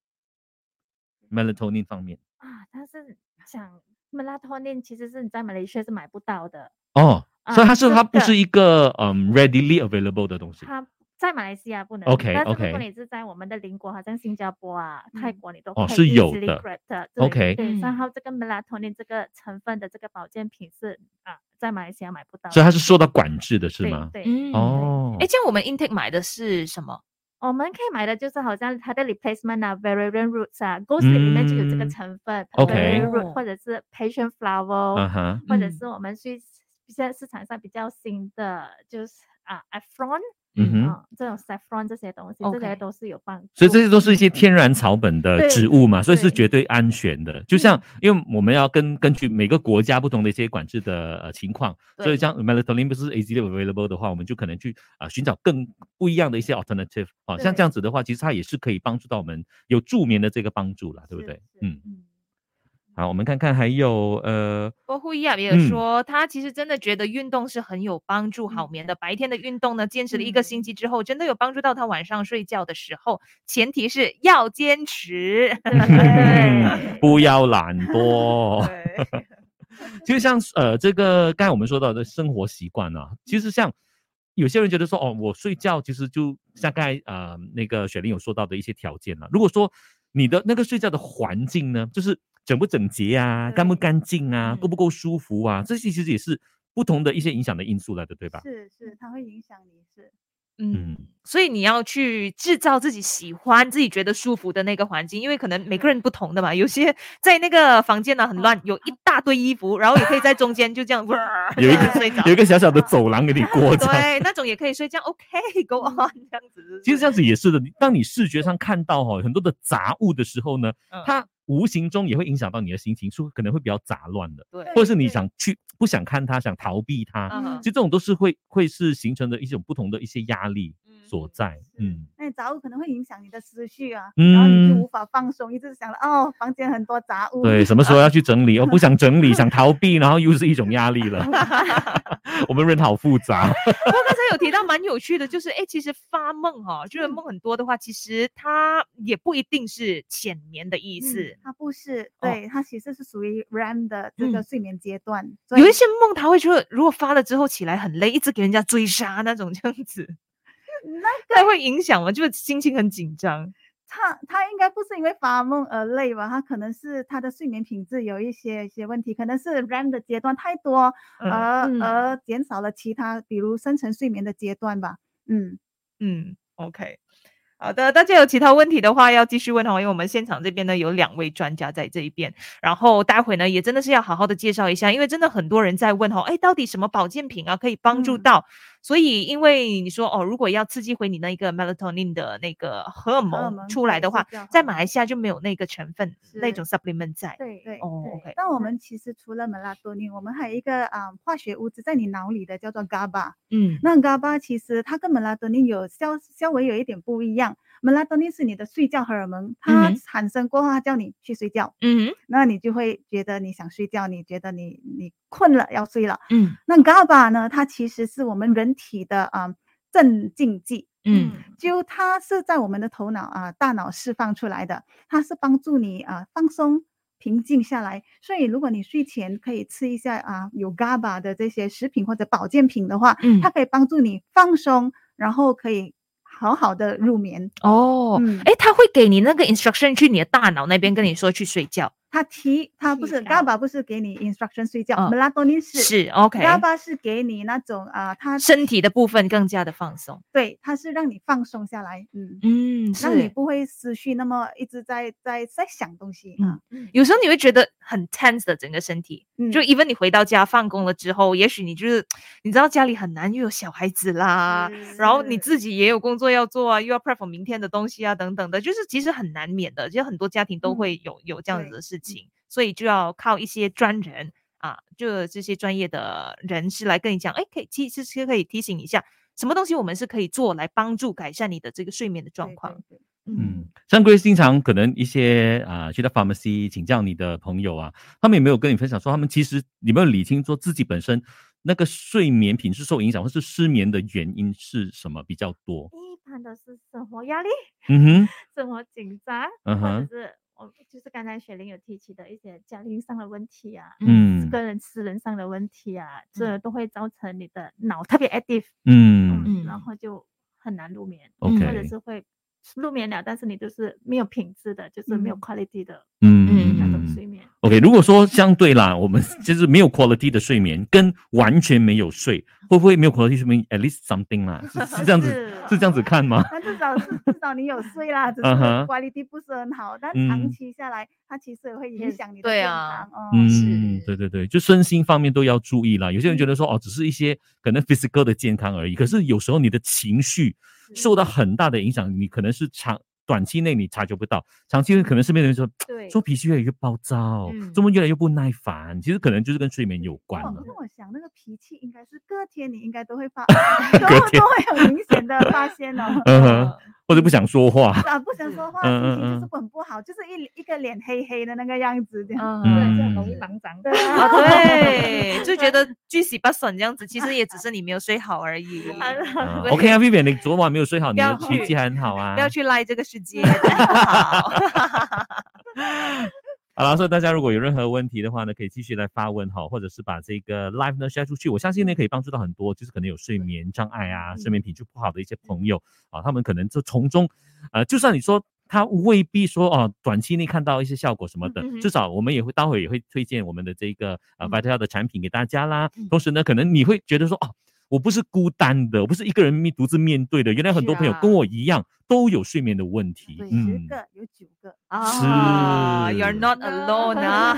Speaker 2: ？melatonin 方面，
Speaker 5: 啊，但是想 melatonin 其实是你在马来西亚是买不到的。
Speaker 2: 哦，
Speaker 5: 呃
Speaker 2: 所以它是它不
Speaker 5: 这个
Speaker 2: 是一个嗯 readily available 的东西。
Speaker 5: 它在马来西亚不能
Speaker 2: OK，
Speaker 5: 但是如
Speaker 2: OK
Speaker 5: 果你是在我们的邻国，好像新加坡啊、泰国，你都
Speaker 2: 哦
Speaker 5: 可以
Speaker 2: 是有
Speaker 5: easily
Speaker 2: 的
Speaker 5: grab 的。
Speaker 2: OK
Speaker 5: 对对，然
Speaker 1: 嗯
Speaker 5: 后这个 melatonin 这个成分的这个保健品是啊，在马来西亚买不到的，
Speaker 2: 所以它是受到管制的，是
Speaker 5: 对
Speaker 2: 吗？
Speaker 5: 对，
Speaker 1: 嗯，
Speaker 2: 哦
Speaker 1: 哎，，这样我们 intake 买的是什么？
Speaker 5: 我们可以买的就是好像它的 replacement 啊，valerian roots 啊，ghost 里面就有这个
Speaker 2: 嗯
Speaker 5: 成分
Speaker 2: OK
Speaker 5: ，valerian root
Speaker 1: 哦
Speaker 5: 或者是 patient
Speaker 2: 嗯
Speaker 5: flower，
Speaker 2: 哼，
Speaker 5: 或者
Speaker 1: 嗯
Speaker 5: 是我们去现在市场上比较新的就是啊 saffron
Speaker 2: 嗯哼，
Speaker 5: 啊这种 saffron 这些东西，这
Speaker 1: OK
Speaker 5: 些都是有帮助。
Speaker 2: 所以这些都是一些天然草本的
Speaker 5: 嗯对
Speaker 2: 植物嘛，所以是
Speaker 5: 对嗯
Speaker 2: 绝对安全的。就像因为我们要根根据每个国家不同的一些管制的呃情况，
Speaker 1: 对
Speaker 2: 所以像 melatonin 不是 A G 六 available 的话，我们就可能去啊、呃寻找更不一样的一些 alternative 啊，像
Speaker 5: 对
Speaker 2: 这样子的话，其实它也是可以帮助到我们有助眠的这个帮助啦，对不
Speaker 5: 是
Speaker 2: 对？
Speaker 5: 是
Speaker 2: 嗯，
Speaker 5: 嗯，
Speaker 2: 好，我们看看还有呃，
Speaker 1: 郭护亚也
Speaker 2: 嗯
Speaker 1: 有说，他其实真的觉得运动是很有帮助好眠的。白天的运动呢，坚持了一个星期之后，真的有帮助到他晚上睡觉的时候。前提是要坚持。
Speaker 2: 啊
Speaker 5: 对
Speaker 2: 不要懒 惰。
Speaker 1: 对，
Speaker 2: 其实像呃，这个刚才我们说到的生活习惯啊，其实像有些人觉得说，哦，我睡觉其实就像刚才呃那个雪玲有说到的一些条件了、啊如果说你的那个睡觉的环境呢，就是整不整洁啊，干不
Speaker 5: 对
Speaker 2: 干净啊，
Speaker 1: 嗯
Speaker 2: 够不够舒服啊，这些其实也是不同的一些影响的因素来的，对吧？
Speaker 4: 是是，它会影响你是。
Speaker 1: 嗯。
Speaker 2: 嗯，
Speaker 1: 所以你要去制造自己喜欢、自己觉得舒服的那个环境，因为可能每个
Speaker 2: 嗯
Speaker 1: 人不同的嘛。有些在那个房间呢很乱，有一大堆衣服，然后也可以在中间就这样，哇
Speaker 2: 有
Speaker 1: 这
Speaker 2: 一
Speaker 1: 样
Speaker 2: 个
Speaker 1: 睡着
Speaker 2: 有。一个小小的走廊给你过这 样
Speaker 1: 对，那种也可以睡，这样 OK，go、on 这样子。
Speaker 2: 其实这样子也是的，你当你视觉上看到哦哈、很多的杂物的时候呢，
Speaker 1: 嗯
Speaker 2: 它无形中也会影响到你的心情，是可能会比嗯较杂乱的，
Speaker 1: 对，
Speaker 2: 或者是你
Speaker 4: 对
Speaker 2: 想去不想看它，想逃避它，
Speaker 1: 啊哈
Speaker 2: 其实这种都是会会是形成的一种不同的一些压力
Speaker 1: 嗯
Speaker 2: 所在，
Speaker 4: 是
Speaker 2: 嗯。
Speaker 4: 那杂物可能会影响你的思绪啊，然后你就
Speaker 2: 嗯
Speaker 4: 无法放松，一直想着哦，房间很多杂物。
Speaker 2: 对，什么时候要去整理？哦，不想整理，想逃避，然后又是一种压力了。 我们人好复杂。嗯
Speaker 1: 不过刚才有提到蛮有趣的，就是哎，诶其实发梦哈、
Speaker 2: 嗯
Speaker 1: 就是梦很多的话，其实它也不一定是浅眠的意
Speaker 4: 嗯
Speaker 1: 思。
Speaker 4: 它不是，
Speaker 1: 哦
Speaker 4: 对，它其实是属于 REM 的这个
Speaker 1: 嗯
Speaker 4: 睡眠阶段，所以
Speaker 1: 有一些梦，它会说，如果发了之后起来很累，一直给人家追杀那种 这样子，
Speaker 4: 嗯那
Speaker 1: 它会影响吗？就是心情很紧张。
Speaker 4: 他他应该不是因为发梦而累吧？他可能是他的睡眠品质有一些一些问题，可能是 REM 的阶段太多，
Speaker 1: 嗯
Speaker 4: 而、
Speaker 5: 嗯
Speaker 4: 而减少了其他，比如深层睡眠的阶段吧。嗯，
Speaker 1: 嗯，OK。好的，大家有其他问题的话要继续问哦，因为我们现场这边呢有两位专家在这一边，然后待会呢也真的是要好好的介绍一下，因为真的很多人在问哦，哎，到底什么保健品啊可以帮助
Speaker 4: 嗯
Speaker 1: 到？所以因为你说哦，如果要刺激回你那一个 melatonin 的那个荷尔
Speaker 4: 荷尔
Speaker 1: 蒙
Speaker 4: 蒙
Speaker 1: 出来
Speaker 4: 对
Speaker 1: 的
Speaker 4: 是
Speaker 1: 话
Speaker 4: 比较，
Speaker 1: 在
Speaker 4: 好
Speaker 1: 马来西亚就没有那个成分那
Speaker 4: 是
Speaker 1: 种 supplement 在。
Speaker 5: 对
Speaker 4: 对
Speaker 1: 哦
Speaker 5: 对
Speaker 1: ，OK，
Speaker 4: 但我们其实除了美拉多尼，我们还有一个啊、化学物质在你脑里的叫做 GABA。
Speaker 1: 嗯
Speaker 4: 那 GABA 其实它跟美拉多尼有稍稍微有一点不一样。美拉多尼是你的睡觉荷尔蒙，它
Speaker 1: 嗯哼
Speaker 4: 产生过后，它叫你去睡觉，
Speaker 1: 嗯
Speaker 4: 那你就会觉得你想睡觉，你觉得你你困了要睡了。
Speaker 1: 嗯
Speaker 4: 那 GABA 呢，它其实是我们人体的啊、呃镇静剂，
Speaker 1: 嗯
Speaker 4: 就它是在我们的头脑啊、大脑释放出来的，它是帮助你啊、放松、平静下来。所以如果你睡前可以吃一下啊、有 GABA 的这些食品或者保健品的话，
Speaker 1: 嗯
Speaker 4: 它，可以帮助你放松，然后可以好好的入眠。
Speaker 1: 哦，
Speaker 4: 嗯，
Speaker 1: 哎，他会给你那个 instruction 去你的大脑那边跟你说去睡觉，
Speaker 4: 它提它不
Speaker 5: 提
Speaker 4: 是
Speaker 5: 到
Speaker 4: GABA 不是给你 instruction 睡觉
Speaker 1: 嗯
Speaker 4: ，melatonin 是
Speaker 1: 是 OK。
Speaker 4: GABA 是给你那种啊、它
Speaker 1: 身体的部分更加的放松。
Speaker 4: 对它是让你放松下来，嗯。
Speaker 1: 嗯，
Speaker 4: 让你
Speaker 1: 是。
Speaker 4: 不会思绪那么一直在在在想东西
Speaker 1: 嗯
Speaker 4: 啊。
Speaker 1: 有时候你会觉得很 tense 的整个身体，
Speaker 4: 嗯
Speaker 1: 就 even 你回到家放工了之后，也许你就是你知道家里很难，又有小孩子啦，
Speaker 2: 啊
Speaker 1: 然后你
Speaker 4: 是
Speaker 1: 自己也有工作要做啊，又要 prep for 明天的东西啊，等等的，就是其实很难免的，其实很多家庭都
Speaker 4: 嗯
Speaker 1: 会有、有这样子
Speaker 4: 对
Speaker 1: 的事情，所以就要靠一些专人啊，就这些专业的人士来跟你讲，哎，可以其实是可以提醒一下，什么东西我们是可以做来帮助改善你的这个睡眠的状
Speaker 4: 对
Speaker 1: 况。。
Speaker 4: 对对
Speaker 2: 嗯，像 Grace 经常可能一些啊、去到 pharmacy 请教你的朋友啊，他们有没有跟你分享说，他们其实有没有理清说自己本身那个睡眠品质受影响，或是失眠的原因是什么比较多？
Speaker 5: 一般都是生活压力、
Speaker 2: 嗯哼，
Speaker 5: 生活紧张，
Speaker 2: 嗯
Speaker 5: 或
Speaker 2: 哼
Speaker 5: 者是我就是刚才雪玲有提起的一些家庭上的问题啊，
Speaker 2: 嗯
Speaker 5: 个人私人上的问题啊，这都会造成你的脑特别 active，
Speaker 2: 嗯
Speaker 1: 嗯
Speaker 5: 然后就很难入眠，
Speaker 2: ，OK，
Speaker 5: 或者是会入眠了，但是你就是没有品质的，就是没有
Speaker 4: 嗯
Speaker 5: quality 的
Speaker 2: 嗯
Speaker 5: 那
Speaker 2: 嗯
Speaker 5: 种
Speaker 2: 嗯
Speaker 5: 睡眠。
Speaker 2: OK，如果说相对啦，我们就是没有 quality 的睡眠，跟完全没有睡，会不会没有 quality 睡眠？At least something 啦，是是这样子，
Speaker 5: 是
Speaker 2: 是这样子看吗？
Speaker 4: 但至少是至少你有睡啦，只是
Speaker 2: 嗯哼
Speaker 4: quality 不是很好，但
Speaker 2: 嗯
Speaker 4: 长期下来，它其实也会影
Speaker 1: 也
Speaker 4: 响你的
Speaker 1: 对
Speaker 4: 健
Speaker 1: 啊
Speaker 4: 康。哦
Speaker 2: 嗯
Speaker 1: 是，
Speaker 2: 对对对，就身心方面都要注意啦。有些人觉得
Speaker 5: 嗯
Speaker 2: 说哦，只是一些可能 physical 的健康而已，可是有时候你的情绪受到很大的影响，你可能是长短期内你察觉不到，长期内可能身边的人说
Speaker 5: 对，
Speaker 2: 说脾气越来越暴躁，
Speaker 1: 嗯
Speaker 2: 做梦越来越不耐烦，其实可能就是跟睡眠有关
Speaker 4: 哦
Speaker 2: 了。
Speaker 4: 可。是我想那个脾气应该是隔天你应该都会发，都会都会很明显的发现哦
Speaker 2: 嗯哼，或者不想说话。
Speaker 4: 啊，不想说话，
Speaker 2: 嗯
Speaker 4: 心情
Speaker 2: 嗯
Speaker 4: 就是很不好，就是一一个脸黑黑的那个样子这样。
Speaker 1: 嗯
Speaker 2: 嗯
Speaker 5: 对，就很容易忙长。
Speaker 4: 对啊
Speaker 1: 啊， 对，就觉得巨喜不损这样子，其实也只是你没有睡 好而已。
Speaker 2: 啊
Speaker 1: 对
Speaker 2: OK 啊，Vivian，你昨晚没有睡好，你
Speaker 1: 不要
Speaker 2: 的脾气
Speaker 1: 去
Speaker 2: 还很好啊
Speaker 1: 不。要去赖这个世界，真的不好。
Speaker 2: 好啦，所以大家如果有任何问题的话呢，可以继续来发问哈，或者是把这个 live 呢 share 出去，我相信呢可以帮助到很多，就是可能有睡眠障碍啊、
Speaker 1: 嗯
Speaker 2: 睡眠品质不好的一些朋友啊，他们可能就从中，呃，就算你说。他未必说哦，短期内看到一些效果什么的，
Speaker 1: 嗯嗯嗯
Speaker 2: 至少我们也会待会也会推荐我们的这个呃
Speaker 1: 嗯
Speaker 2: Vital 的产品给大家啦。
Speaker 1: 嗯
Speaker 2: 同时呢，可能你会觉得说哦，我不是孤单的，我不是一个人面独自面对的，原来很多
Speaker 1: 是
Speaker 2: 朋友
Speaker 1: 啊
Speaker 2: 跟我一样、都有睡眠的问题
Speaker 1: 对。
Speaker 2: 嗯
Speaker 4: 十，个有九个，
Speaker 1: 啊
Speaker 2: 是
Speaker 1: ，You're not alone 啊！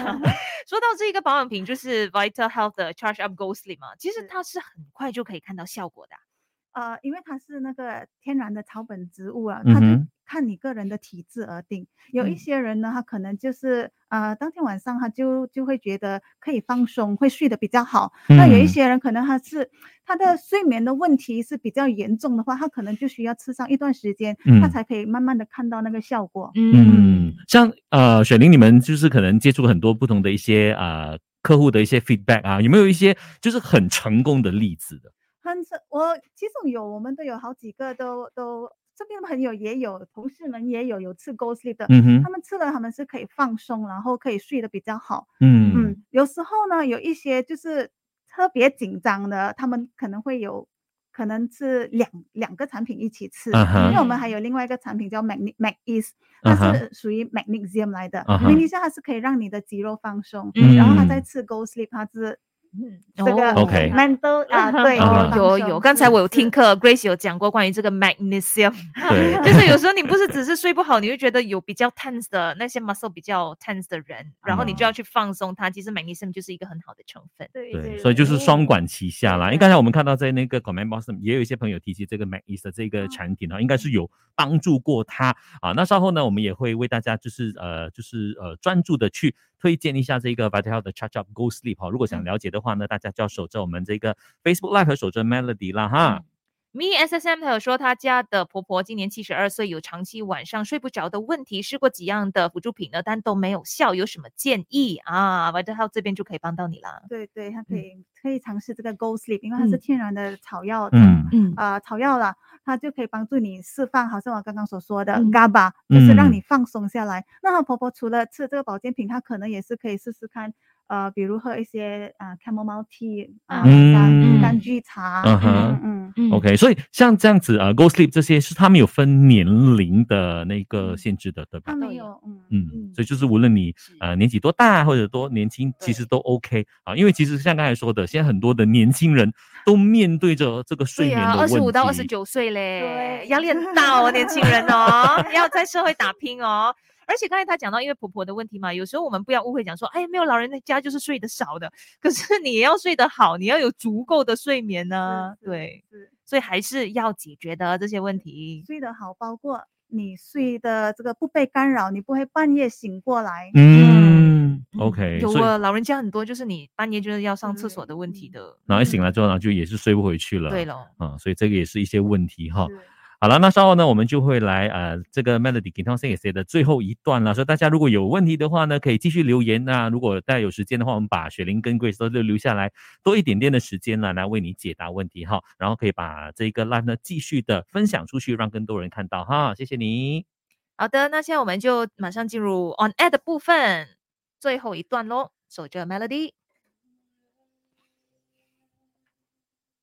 Speaker 1: 说到这个保养品，就是 Vital Health 的 Charge Up Go Sleep 嘛，其实
Speaker 4: 是
Speaker 1: 它是很快就可以看到效果的啊。
Speaker 4: 呃，因为它是那个天然的草本植物啊，
Speaker 2: 嗯
Speaker 4: 它就
Speaker 2: 哼
Speaker 4: 看你个人的体质而定。有一
Speaker 1: 嗯
Speaker 4: 些人呢，他可能就是呃，当天晚上他就就会觉得可以放松，会睡得比较好。那有一
Speaker 2: 嗯
Speaker 4: 些人可能他是他的睡眠的问题是比较严重的话，他可能就需要吃上一段时间，他
Speaker 2: 嗯
Speaker 4: 才可以慢慢的看到那个效果。
Speaker 2: 嗯，像呃，雪玲，你们就是可能接触很多不同的一些呃客户的一些 feedback 啊，有没有一些就是很成功的例子的？
Speaker 4: 很是，我其实有，我们都有好几个都都。这边的朋友也有，同事们也有有吃 Go Sleep 的，
Speaker 2: 嗯哼
Speaker 4: 他，们吃了他们是可以放松，然后可以睡得比较好。
Speaker 2: 嗯
Speaker 4: 嗯，有时候呢，有一些就是特别紧张的，他们可能会有，可能是两两个产品一起吃。
Speaker 2: 啊
Speaker 4: 因为
Speaker 2: 哈
Speaker 4: 我们还有另外一个产品叫 Mag Mag Ease，
Speaker 2: 啊
Speaker 4: 它
Speaker 2: 哈
Speaker 4: 是属于 Magnesium 来的。
Speaker 2: 啊哈
Speaker 4: Magnesium 它是可以让你的肌肉放松，
Speaker 1: 嗯
Speaker 4: 然后它再吃 Go Sleep，它是
Speaker 5: 嗯
Speaker 4: 这个
Speaker 1: 哦
Speaker 2: OK
Speaker 4: mental 啊，对，
Speaker 2: 啊
Speaker 4: 放
Speaker 1: 有有有，
Speaker 4: 松
Speaker 1: 刚才
Speaker 4: 是
Speaker 1: 我有听
Speaker 4: 是
Speaker 1: 课，Grace 有讲过关于这个 magnesium，
Speaker 2: 对，
Speaker 1: 就是有时候你不是只是睡不好，你就觉得有比较 tense 的那些 muscle 比较 tense 的人，然后你就要去放松它。其实 magnesium 就是一个很好的成分。
Speaker 5: 对
Speaker 2: 对，所以就是双管齐下啦。因为刚才我们看到在那个 Comment Box 也有一些朋友提及这个 Mac East 的这个产品啊，应该是有帮助过他啊。那稍后呢，我们也会为大家就是呃就是呃专注的去推荐一下这个 Vital Health 的 Charge Up Go Sleep 哈、如果想了解的话呢，大家就要守着我们这个 Facebook Live 和守着 Melody 啦哈。
Speaker 1: Mi S S M 还有说，她家的婆婆今年七十二岁，有长期晚上睡不着的问题，试过几样的辅助品呢，但都没有效，有什么建议啊？Vital Health 这边就可以帮到你啦。
Speaker 4: 对对，它可
Speaker 1: 嗯
Speaker 4: 以、可以尝试这个 Go Sleep，因为它是
Speaker 1: 嗯
Speaker 4: 天然的草药，
Speaker 2: 嗯
Speaker 1: 嗯
Speaker 4: 呃草药啦，它就可以帮助你释放，好像我刚刚所说的
Speaker 1: 嗯
Speaker 4: GABA，、就是让
Speaker 2: 嗯
Speaker 4: 你放松下来。那她婆婆除了吃这个保健品，她可能也是可以试试看，呃，比如喝一些啊、呃、chamomile tea 啊、
Speaker 2: 嗯
Speaker 4: 柑柑橘茶，
Speaker 2: 嗯哼
Speaker 4: 嗯嗯。
Speaker 1: 嗯
Speaker 2: OK，所以像这样子呃 Go Sleep 这些是他们有分年龄的那个限制的，对吧
Speaker 4: 她？
Speaker 1: 都
Speaker 4: 没
Speaker 1: 有
Speaker 4: 有，嗯
Speaker 2: 嗯
Speaker 1: 嗯，
Speaker 2: 所以就是无论你
Speaker 1: 是
Speaker 2: 呃年纪多大或者多年轻，其实都 OK 啊，因为其实像刚才说的，现在很多的年轻人都面对着这个睡
Speaker 1: 对
Speaker 2: 眠
Speaker 1: 呀，
Speaker 2: 的
Speaker 1: 二
Speaker 2: 问题。
Speaker 1: 十五到二十九岁嘞，
Speaker 4: 对
Speaker 1: 压力很大哦，年轻人 哦，要在社会打拼哦。而且刚才他讲到，因为婆婆的问题嘛，有时候我们不要误会，讲说，哎，没有老人在家就是睡得少的，可是你也要睡得好，你要有足够的睡眠呢、
Speaker 4: 是
Speaker 1: 对，，
Speaker 4: 是是
Speaker 1: 所以还是要解决的这些问题。
Speaker 4: 睡得好，包括你睡的这个不被干扰，你不会半夜醒过来。
Speaker 2: 嗯
Speaker 1: 嗯
Speaker 2: ，OK，
Speaker 1: 有
Speaker 2: 所以
Speaker 1: 啊，老人家很多就是你半夜就是要上厕
Speaker 4: 嗯
Speaker 1: 所的问题的。嗯
Speaker 2: 然后一醒来之后呢，就也是睡不回去了。
Speaker 1: 对了，
Speaker 2: 啊，所以这个也是一些问题哈。
Speaker 4: 是
Speaker 2: 好了，那稍后呢，我们就会来呃这个 Melody 给 i t a 的最后一段了。所以大家如果有问题的话呢，可以继续留言。那如果大家有时间的话，我们把雪玲跟 Grace 都留下来，多一点点的时间呢，来为你解答问题哈。然后可以把这个 live 呢继续的分享出去，让更多人看到哈。谢谢你。
Speaker 1: 好的，那现在我们就马上进入 on air 的部分，最后一段喽，守着 melody。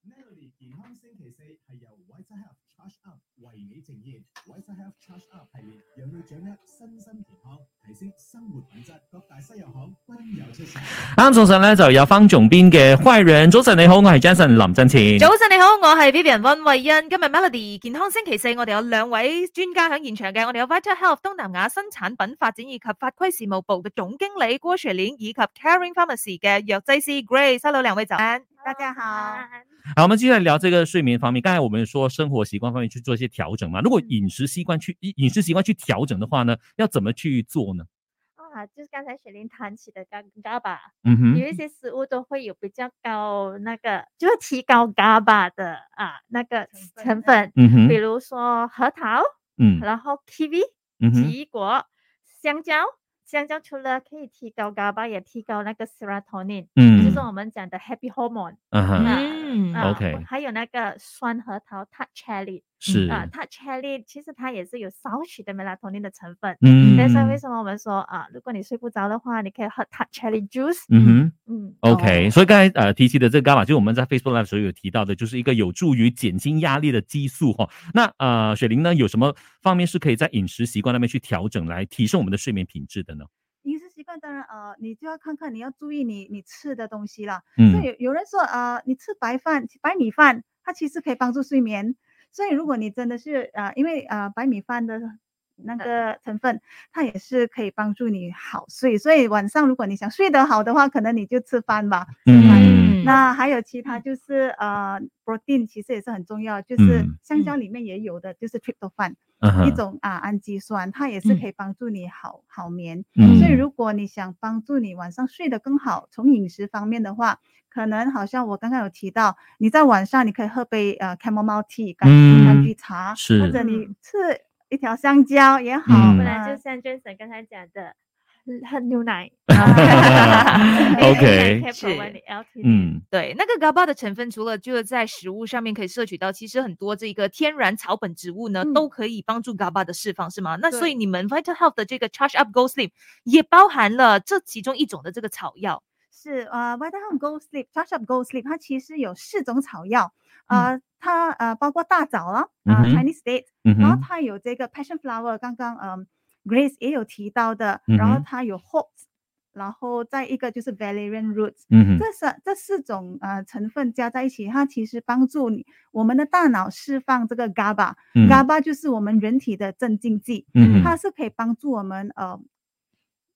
Speaker 3: Melody 健康星期四係由 White Health Charge Up 為你呈現，White Health Charge Up 系列讓你掌握身心健康，提升生活品質。各大西藥行均有出售。
Speaker 2: 啱送上咧就有方仲邊嘅壞人，早晨你好，我係 Jason 林振前。
Speaker 1: 早晨你好，我係 Vivian 温慧欣。今日 Melody 健康星期四，我哋有兩位專家喺現場嘅，我哋有 Vital Health 東南亞新產品發展以及法規事務部嘅總經理郭雪蓮，以及 Caring Pharmacy 嘅藥劑師 Grace。Hello，兩位早安。
Speaker 4: 大家
Speaker 5: 啊嗯
Speaker 4: 好，
Speaker 2: 好，我们继续来聊这个睡眠方面。刚才我们说生活习惯方面去做一些调整嘛，如
Speaker 4: 嗯
Speaker 2: 果饮食习惯去饮食习惯去调整的话呢，要怎么去做呢？
Speaker 5: 啊，就是刚才雪玲谈起的刚 GABA，
Speaker 2: 嗯哼，
Speaker 5: 有一些食物都会有比较高那个，就是提高 GABA 的啊那个
Speaker 4: 成
Speaker 5: 成
Speaker 4: 分
Speaker 5: 分，
Speaker 2: 嗯哼
Speaker 5: 比，如说核桃，
Speaker 2: 嗯
Speaker 5: 然后 kiwi
Speaker 2: 嗯哼，
Speaker 5: 奇异果、香蕉。香蕉除了可以提高 GABA，也提高那个 serotonin，、就
Speaker 2: 嗯
Speaker 5: 是我们讲的 happy hormone
Speaker 2: 嗯哼，
Speaker 1: 嗯
Speaker 5: 啊、
Speaker 2: OK
Speaker 5: 还有那个酸核桃 tart cherry
Speaker 4: 嗯
Speaker 2: 是，
Speaker 5: 啊，tart cherry 其实它也是有少许的 melatonin 的成分。
Speaker 2: 嗯，
Speaker 5: 但是为什么我们说啊，如果你睡不着的话，你可以喝 tart cherry juice。
Speaker 2: 嗯哼。
Speaker 5: 嗯，
Speaker 2: OK，、
Speaker 4: 哦
Speaker 2: 所以刚才呃提起的这个 GABA，就是我们在 Facebook Live 时候有提到的，就是一个有助于减轻压力的激素哈、那呃，雪玲呢，有什么方面是可以在饮食习惯那边去调整，来提升我们的睡眠品质的呢？
Speaker 4: 饮食习惯当然呃，你就要看看你要注意你你吃的东西啦。所以
Speaker 2: 嗯
Speaker 4: 有有人说呃，你吃白饭、白米饭，它其实可以帮助睡眠。所以如果你真的是呃，因为呃白米饭的那个成分，它也是可以帮助你好睡。所以晚上如果你想睡得好的话，可能你就吃饭吧。
Speaker 2: 嗯
Speaker 4: 那还有其他就是呃，protein 其实也是很重要，就是
Speaker 2: 嗯
Speaker 4: 香蕉里面也有的，就是 tryptophan、
Speaker 2: 嗯
Speaker 4: 一
Speaker 2: 哼，
Speaker 4: 种啊氨基酸，它也是
Speaker 1: 嗯
Speaker 4: 可以帮助你好好眠。
Speaker 2: 嗯
Speaker 4: 所以，如果你想帮助你晚上睡得更好，从饮食方面的话，可能好像我刚刚有提到，你在晚上你可以喝杯呃 chamomile tea 柑柑橘茶，
Speaker 2: 嗯
Speaker 4: 或
Speaker 2: 是
Speaker 4: 者你
Speaker 5: 嗯
Speaker 4: 吃一条香蕉也好。
Speaker 2: 嗯
Speaker 5: 本来
Speaker 4: 呃
Speaker 5: 就像 Jason 刚才讲的，喝牛奶。
Speaker 2: OK
Speaker 5: 可以
Speaker 1: 是
Speaker 5: provide 你 LTD
Speaker 2: 嗯
Speaker 1: 对，那个 GABA 的成分除了就是在食物上面可以摄取到，其实很多这个天然草本植物呢、
Speaker 4: 嗯
Speaker 1: 都可以帮助 GABA 的释放，是吗？那所
Speaker 4: 对
Speaker 1: 以你们 Vital Health 的这个 Charge Up Go Sleep 也包含了这其中一种的这个草药。
Speaker 4: 是呃 v i t a h o m Go Sleep、Touch Up Go Sleep，它其实有四种草药，呃，它呃包括大枣啦，
Speaker 2: 嗯
Speaker 4: 啊、
Speaker 2: 哼
Speaker 4: Chinese date，、
Speaker 2: 嗯
Speaker 4: 然后
Speaker 2: 哼，
Speaker 4: 它有这个 Passion Flower，刚刚嗯、Grace 也有提到的，然
Speaker 2: 嗯
Speaker 4: 后
Speaker 2: 哼
Speaker 4: 它有 Hops，然后再一个就是 Valerian Roots，
Speaker 2: 嗯哼，
Speaker 4: 这三这四种呃成分加在一起，它其实帮助你我们的大脑释放这个 GABA，GABA、
Speaker 2: 嗯
Speaker 4: GABA 就是我们人体的镇静剂，
Speaker 2: 嗯
Speaker 4: 它
Speaker 2: 哼，
Speaker 4: 是可以帮助我们呃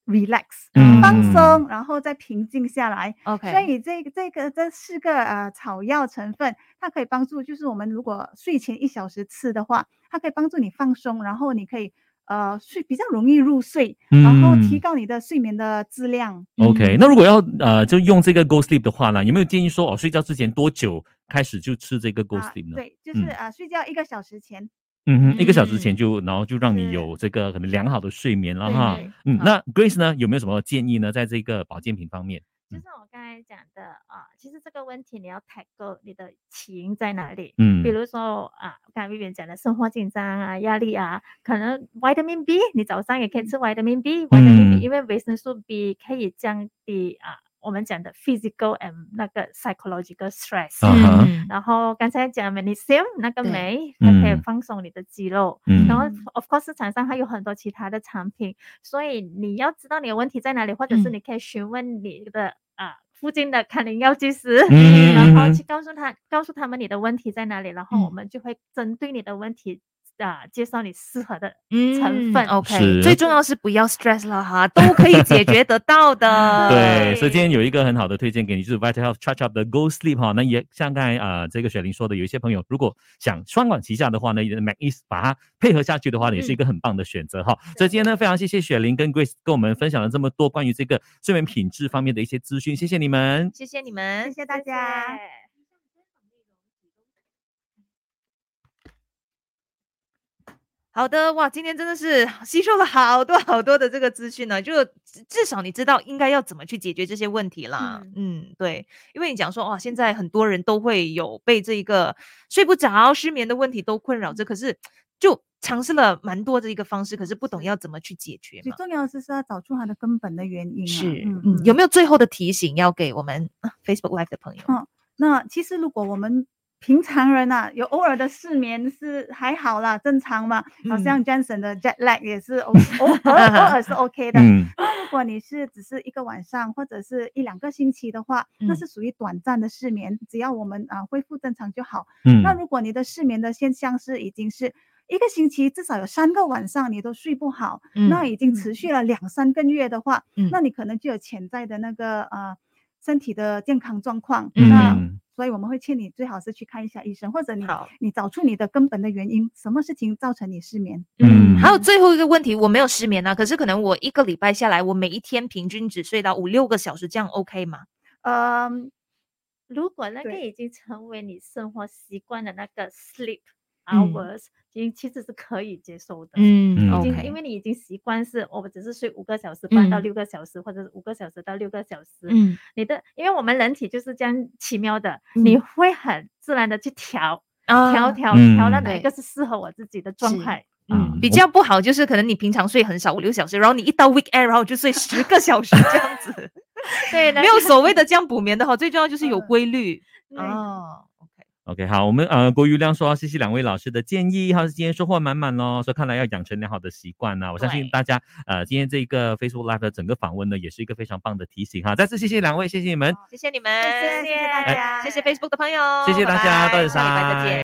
Speaker 4: relax、
Speaker 2: 嗯
Speaker 4: 放松，然后再平静下来。
Speaker 1: OK，
Speaker 4: 所以这个这个这四个呃草药成分，它可以帮助，就是我们如果睡前一小时吃的话，它可以帮助你放松，然后你可以呃睡比较容易入睡，然后提
Speaker 2: 嗯
Speaker 4: 高你的睡眠的质量。
Speaker 2: OK，那如果要呃就用这个 Go Sleep 的话呢，有没有建议说哦睡觉之前多久开始就吃这个 Go
Speaker 4: 啊
Speaker 2: Sleep 呢？
Speaker 4: 对，就是
Speaker 2: 嗯
Speaker 4: 啊、呃睡觉一个小时前。
Speaker 2: 嗯哼，一个小时
Speaker 1: 嗯
Speaker 2: 前就，然后就让你
Speaker 4: 是
Speaker 2: 有这个可能良好的睡眠了
Speaker 5: 对
Speaker 2: 哈。
Speaker 5: 对
Speaker 2: 嗯，
Speaker 1: 好
Speaker 2: 那 Grace 呢，有没有什么建议呢？在这个保健品方面，
Speaker 5: 就
Speaker 2: 嗯
Speaker 5: 像我刚才讲的啊，其实这个问题你要 tackle 你的起因在哪里？
Speaker 2: 嗯，
Speaker 5: 比如说啊，刚才 v i v 讲的生活紧张啊、压力啊，可能 vitamin B，你早上也可以吃 vitamin B，vitamin B，、
Speaker 2: 嗯
Speaker 5: 因为维生素 B 可以降低啊我们讲的 physical and 那个 psychological stress。
Speaker 2: 啊哈
Speaker 1: 嗯
Speaker 5: 然后刚才讲 magnesium 那个
Speaker 1: 对
Speaker 5: 酶，它可以
Speaker 2: 嗯
Speaker 5: 放松你的肌肉。
Speaker 2: 嗯
Speaker 5: 然后
Speaker 4: 嗯
Speaker 5: ，of course，市场上还有很多其他的产品，所以你要知道你的问题在哪里，或者是
Speaker 1: 嗯
Speaker 5: 你可以询问你的啊、附近的看诊药剂师，
Speaker 2: 嗯
Speaker 5: 然后
Speaker 2: 嗯
Speaker 5: 去告诉他告诉他们你的问题在哪里，然后我
Speaker 1: 嗯
Speaker 5: 们就会针对你的问题啊、介绍你适合的。
Speaker 1: 成
Speaker 5: 成
Speaker 1: 分
Speaker 5: 分
Speaker 1: OK，
Speaker 2: 是
Speaker 1: 最重要是不要 stress 了哈，都可以解决得到的。
Speaker 2: 对，所以今天
Speaker 5: 对
Speaker 2: 有一个很好的推荐给你，就是 Vital Health Touch Up 的 Go Sleep 哈。那也像刚才啊、呃这个雪玲说的，有一些朋友如果想双管齐下的话呢也，Magis 把它配合下去的话呢，也是一个很棒的选择哈。所以今天呢，非常谢谢雪玲跟 Grace 跟我们分享了这么多关于这个睡眠品质方面的一些资讯，谢谢你们。
Speaker 1: 谢谢你们，
Speaker 4: 谢谢大家。
Speaker 5: 谢谢
Speaker 1: 好的，哇，今天真的是吸收了好多好多的这个资讯呢，就至至少你知道应该要怎么去解决这些问题啦。嗯对，因为你讲说哇，现在很多人都会有被这一个睡不着、失眠的问题都困扰着，可是就尝试了蛮多的一个方式，可是不懂要怎么去解决
Speaker 4: 最
Speaker 1: 嘛。
Speaker 4: 重要的是是要找出它的根本的原因、啊。
Speaker 1: 是，嗯，有没有最后的提醒要给我们啊 Facebook Live 的朋友？
Speaker 4: 嗯那其实如果我们平常人呐、有偶尔的失眠是还好啦，正常嘛。好
Speaker 1: 嗯
Speaker 4: 像 Johnson 的 jet lag 也是偶偶偶尔偶尔是 OK 的。
Speaker 2: 嗯，
Speaker 4: 那如果你是只是一个晚上或者是一两个星期的话，那
Speaker 1: 嗯
Speaker 4: 是属于短暂的失眠，只要我们啊恢复正常就好。
Speaker 2: 嗯
Speaker 4: 那如果你的失眠的现象是已经是一个星期至少有三个晚上你都睡不好，那已经持续了两三个月的话，
Speaker 1: 嗯
Speaker 4: 那你可能就有潜在的那个呃身体的健康状况。那
Speaker 2: 嗯
Speaker 4: 所以我们会劝你最好是去看一下医生，或者你
Speaker 1: 好
Speaker 4: 你找出你的根本的原因，什么事情造成你失眠？
Speaker 1: 嗯，还有
Speaker 4: 嗯
Speaker 1: 最后一个问题，我没有失眠啊，可是可能我一个礼拜下来，我每一天平均只睡到五六个小时，这样 OK 吗？
Speaker 4: 呃，
Speaker 5: 如果那个
Speaker 4: 对
Speaker 5: 已经成为你生活习惯的那个 sleep
Speaker 1: 嗯
Speaker 5: hours，、已经其实是可以接受的。
Speaker 1: 嗯
Speaker 5: 已经
Speaker 1: ，OK，
Speaker 5: 因为你已经习惯是，我只是睡五个小时半到
Speaker 1: 嗯
Speaker 5: 六个小时，或者是五个小时到六个小时。
Speaker 1: 嗯
Speaker 5: 你的，因为我们人体就是这样奇妙的，你
Speaker 1: 嗯
Speaker 5: 会很自然的去调、
Speaker 1: 啊
Speaker 5: 调调
Speaker 2: 嗯
Speaker 5: 调到哪一
Speaker 1: 对
Speaker 5: 个是适合我自己的状
Speaker 1: 是
Speaker 5: 态。
Speaker 2: 啊
Speaker 1: 嗯，比较不好就是可能你平常睡很少五六小时，然后你一到 weekend，然后就睡十个小时这样 子，
Speaker 5: 对，那
Speaker 1: 没有
Speaker 5: 个
Speaker 1: 所谓的这样补眠的哈，最重要就是有规律
Speaker 5: 对
Speaker 1: 哦。OK，
Speaker 2: OK，好，我们呃，国瑜亮说，谢谢两位老师的建议，还是今天收获满满咯。所以看来要养成良好的习惯啊呐。我相信
Speaker 1: 对
Speaker 2: 大家呃，今天这个 Facebook Live 的整个访问呢，也是一个非常棒的提醒哈。再次谢谢两位，谢谢你们。
Speaker 1: 谢谢你们，
Speaker 4: 谢谢大家，
Speaker 1: 哎谢谢 Facebook 的朋友，
Speaker 2: 谢谢大家
Speaker 1: 拜拜
Speaker 2: 多谢
Speaker 1: 下礼拜再
Speaker 2: 晒
Speaker 1: 见。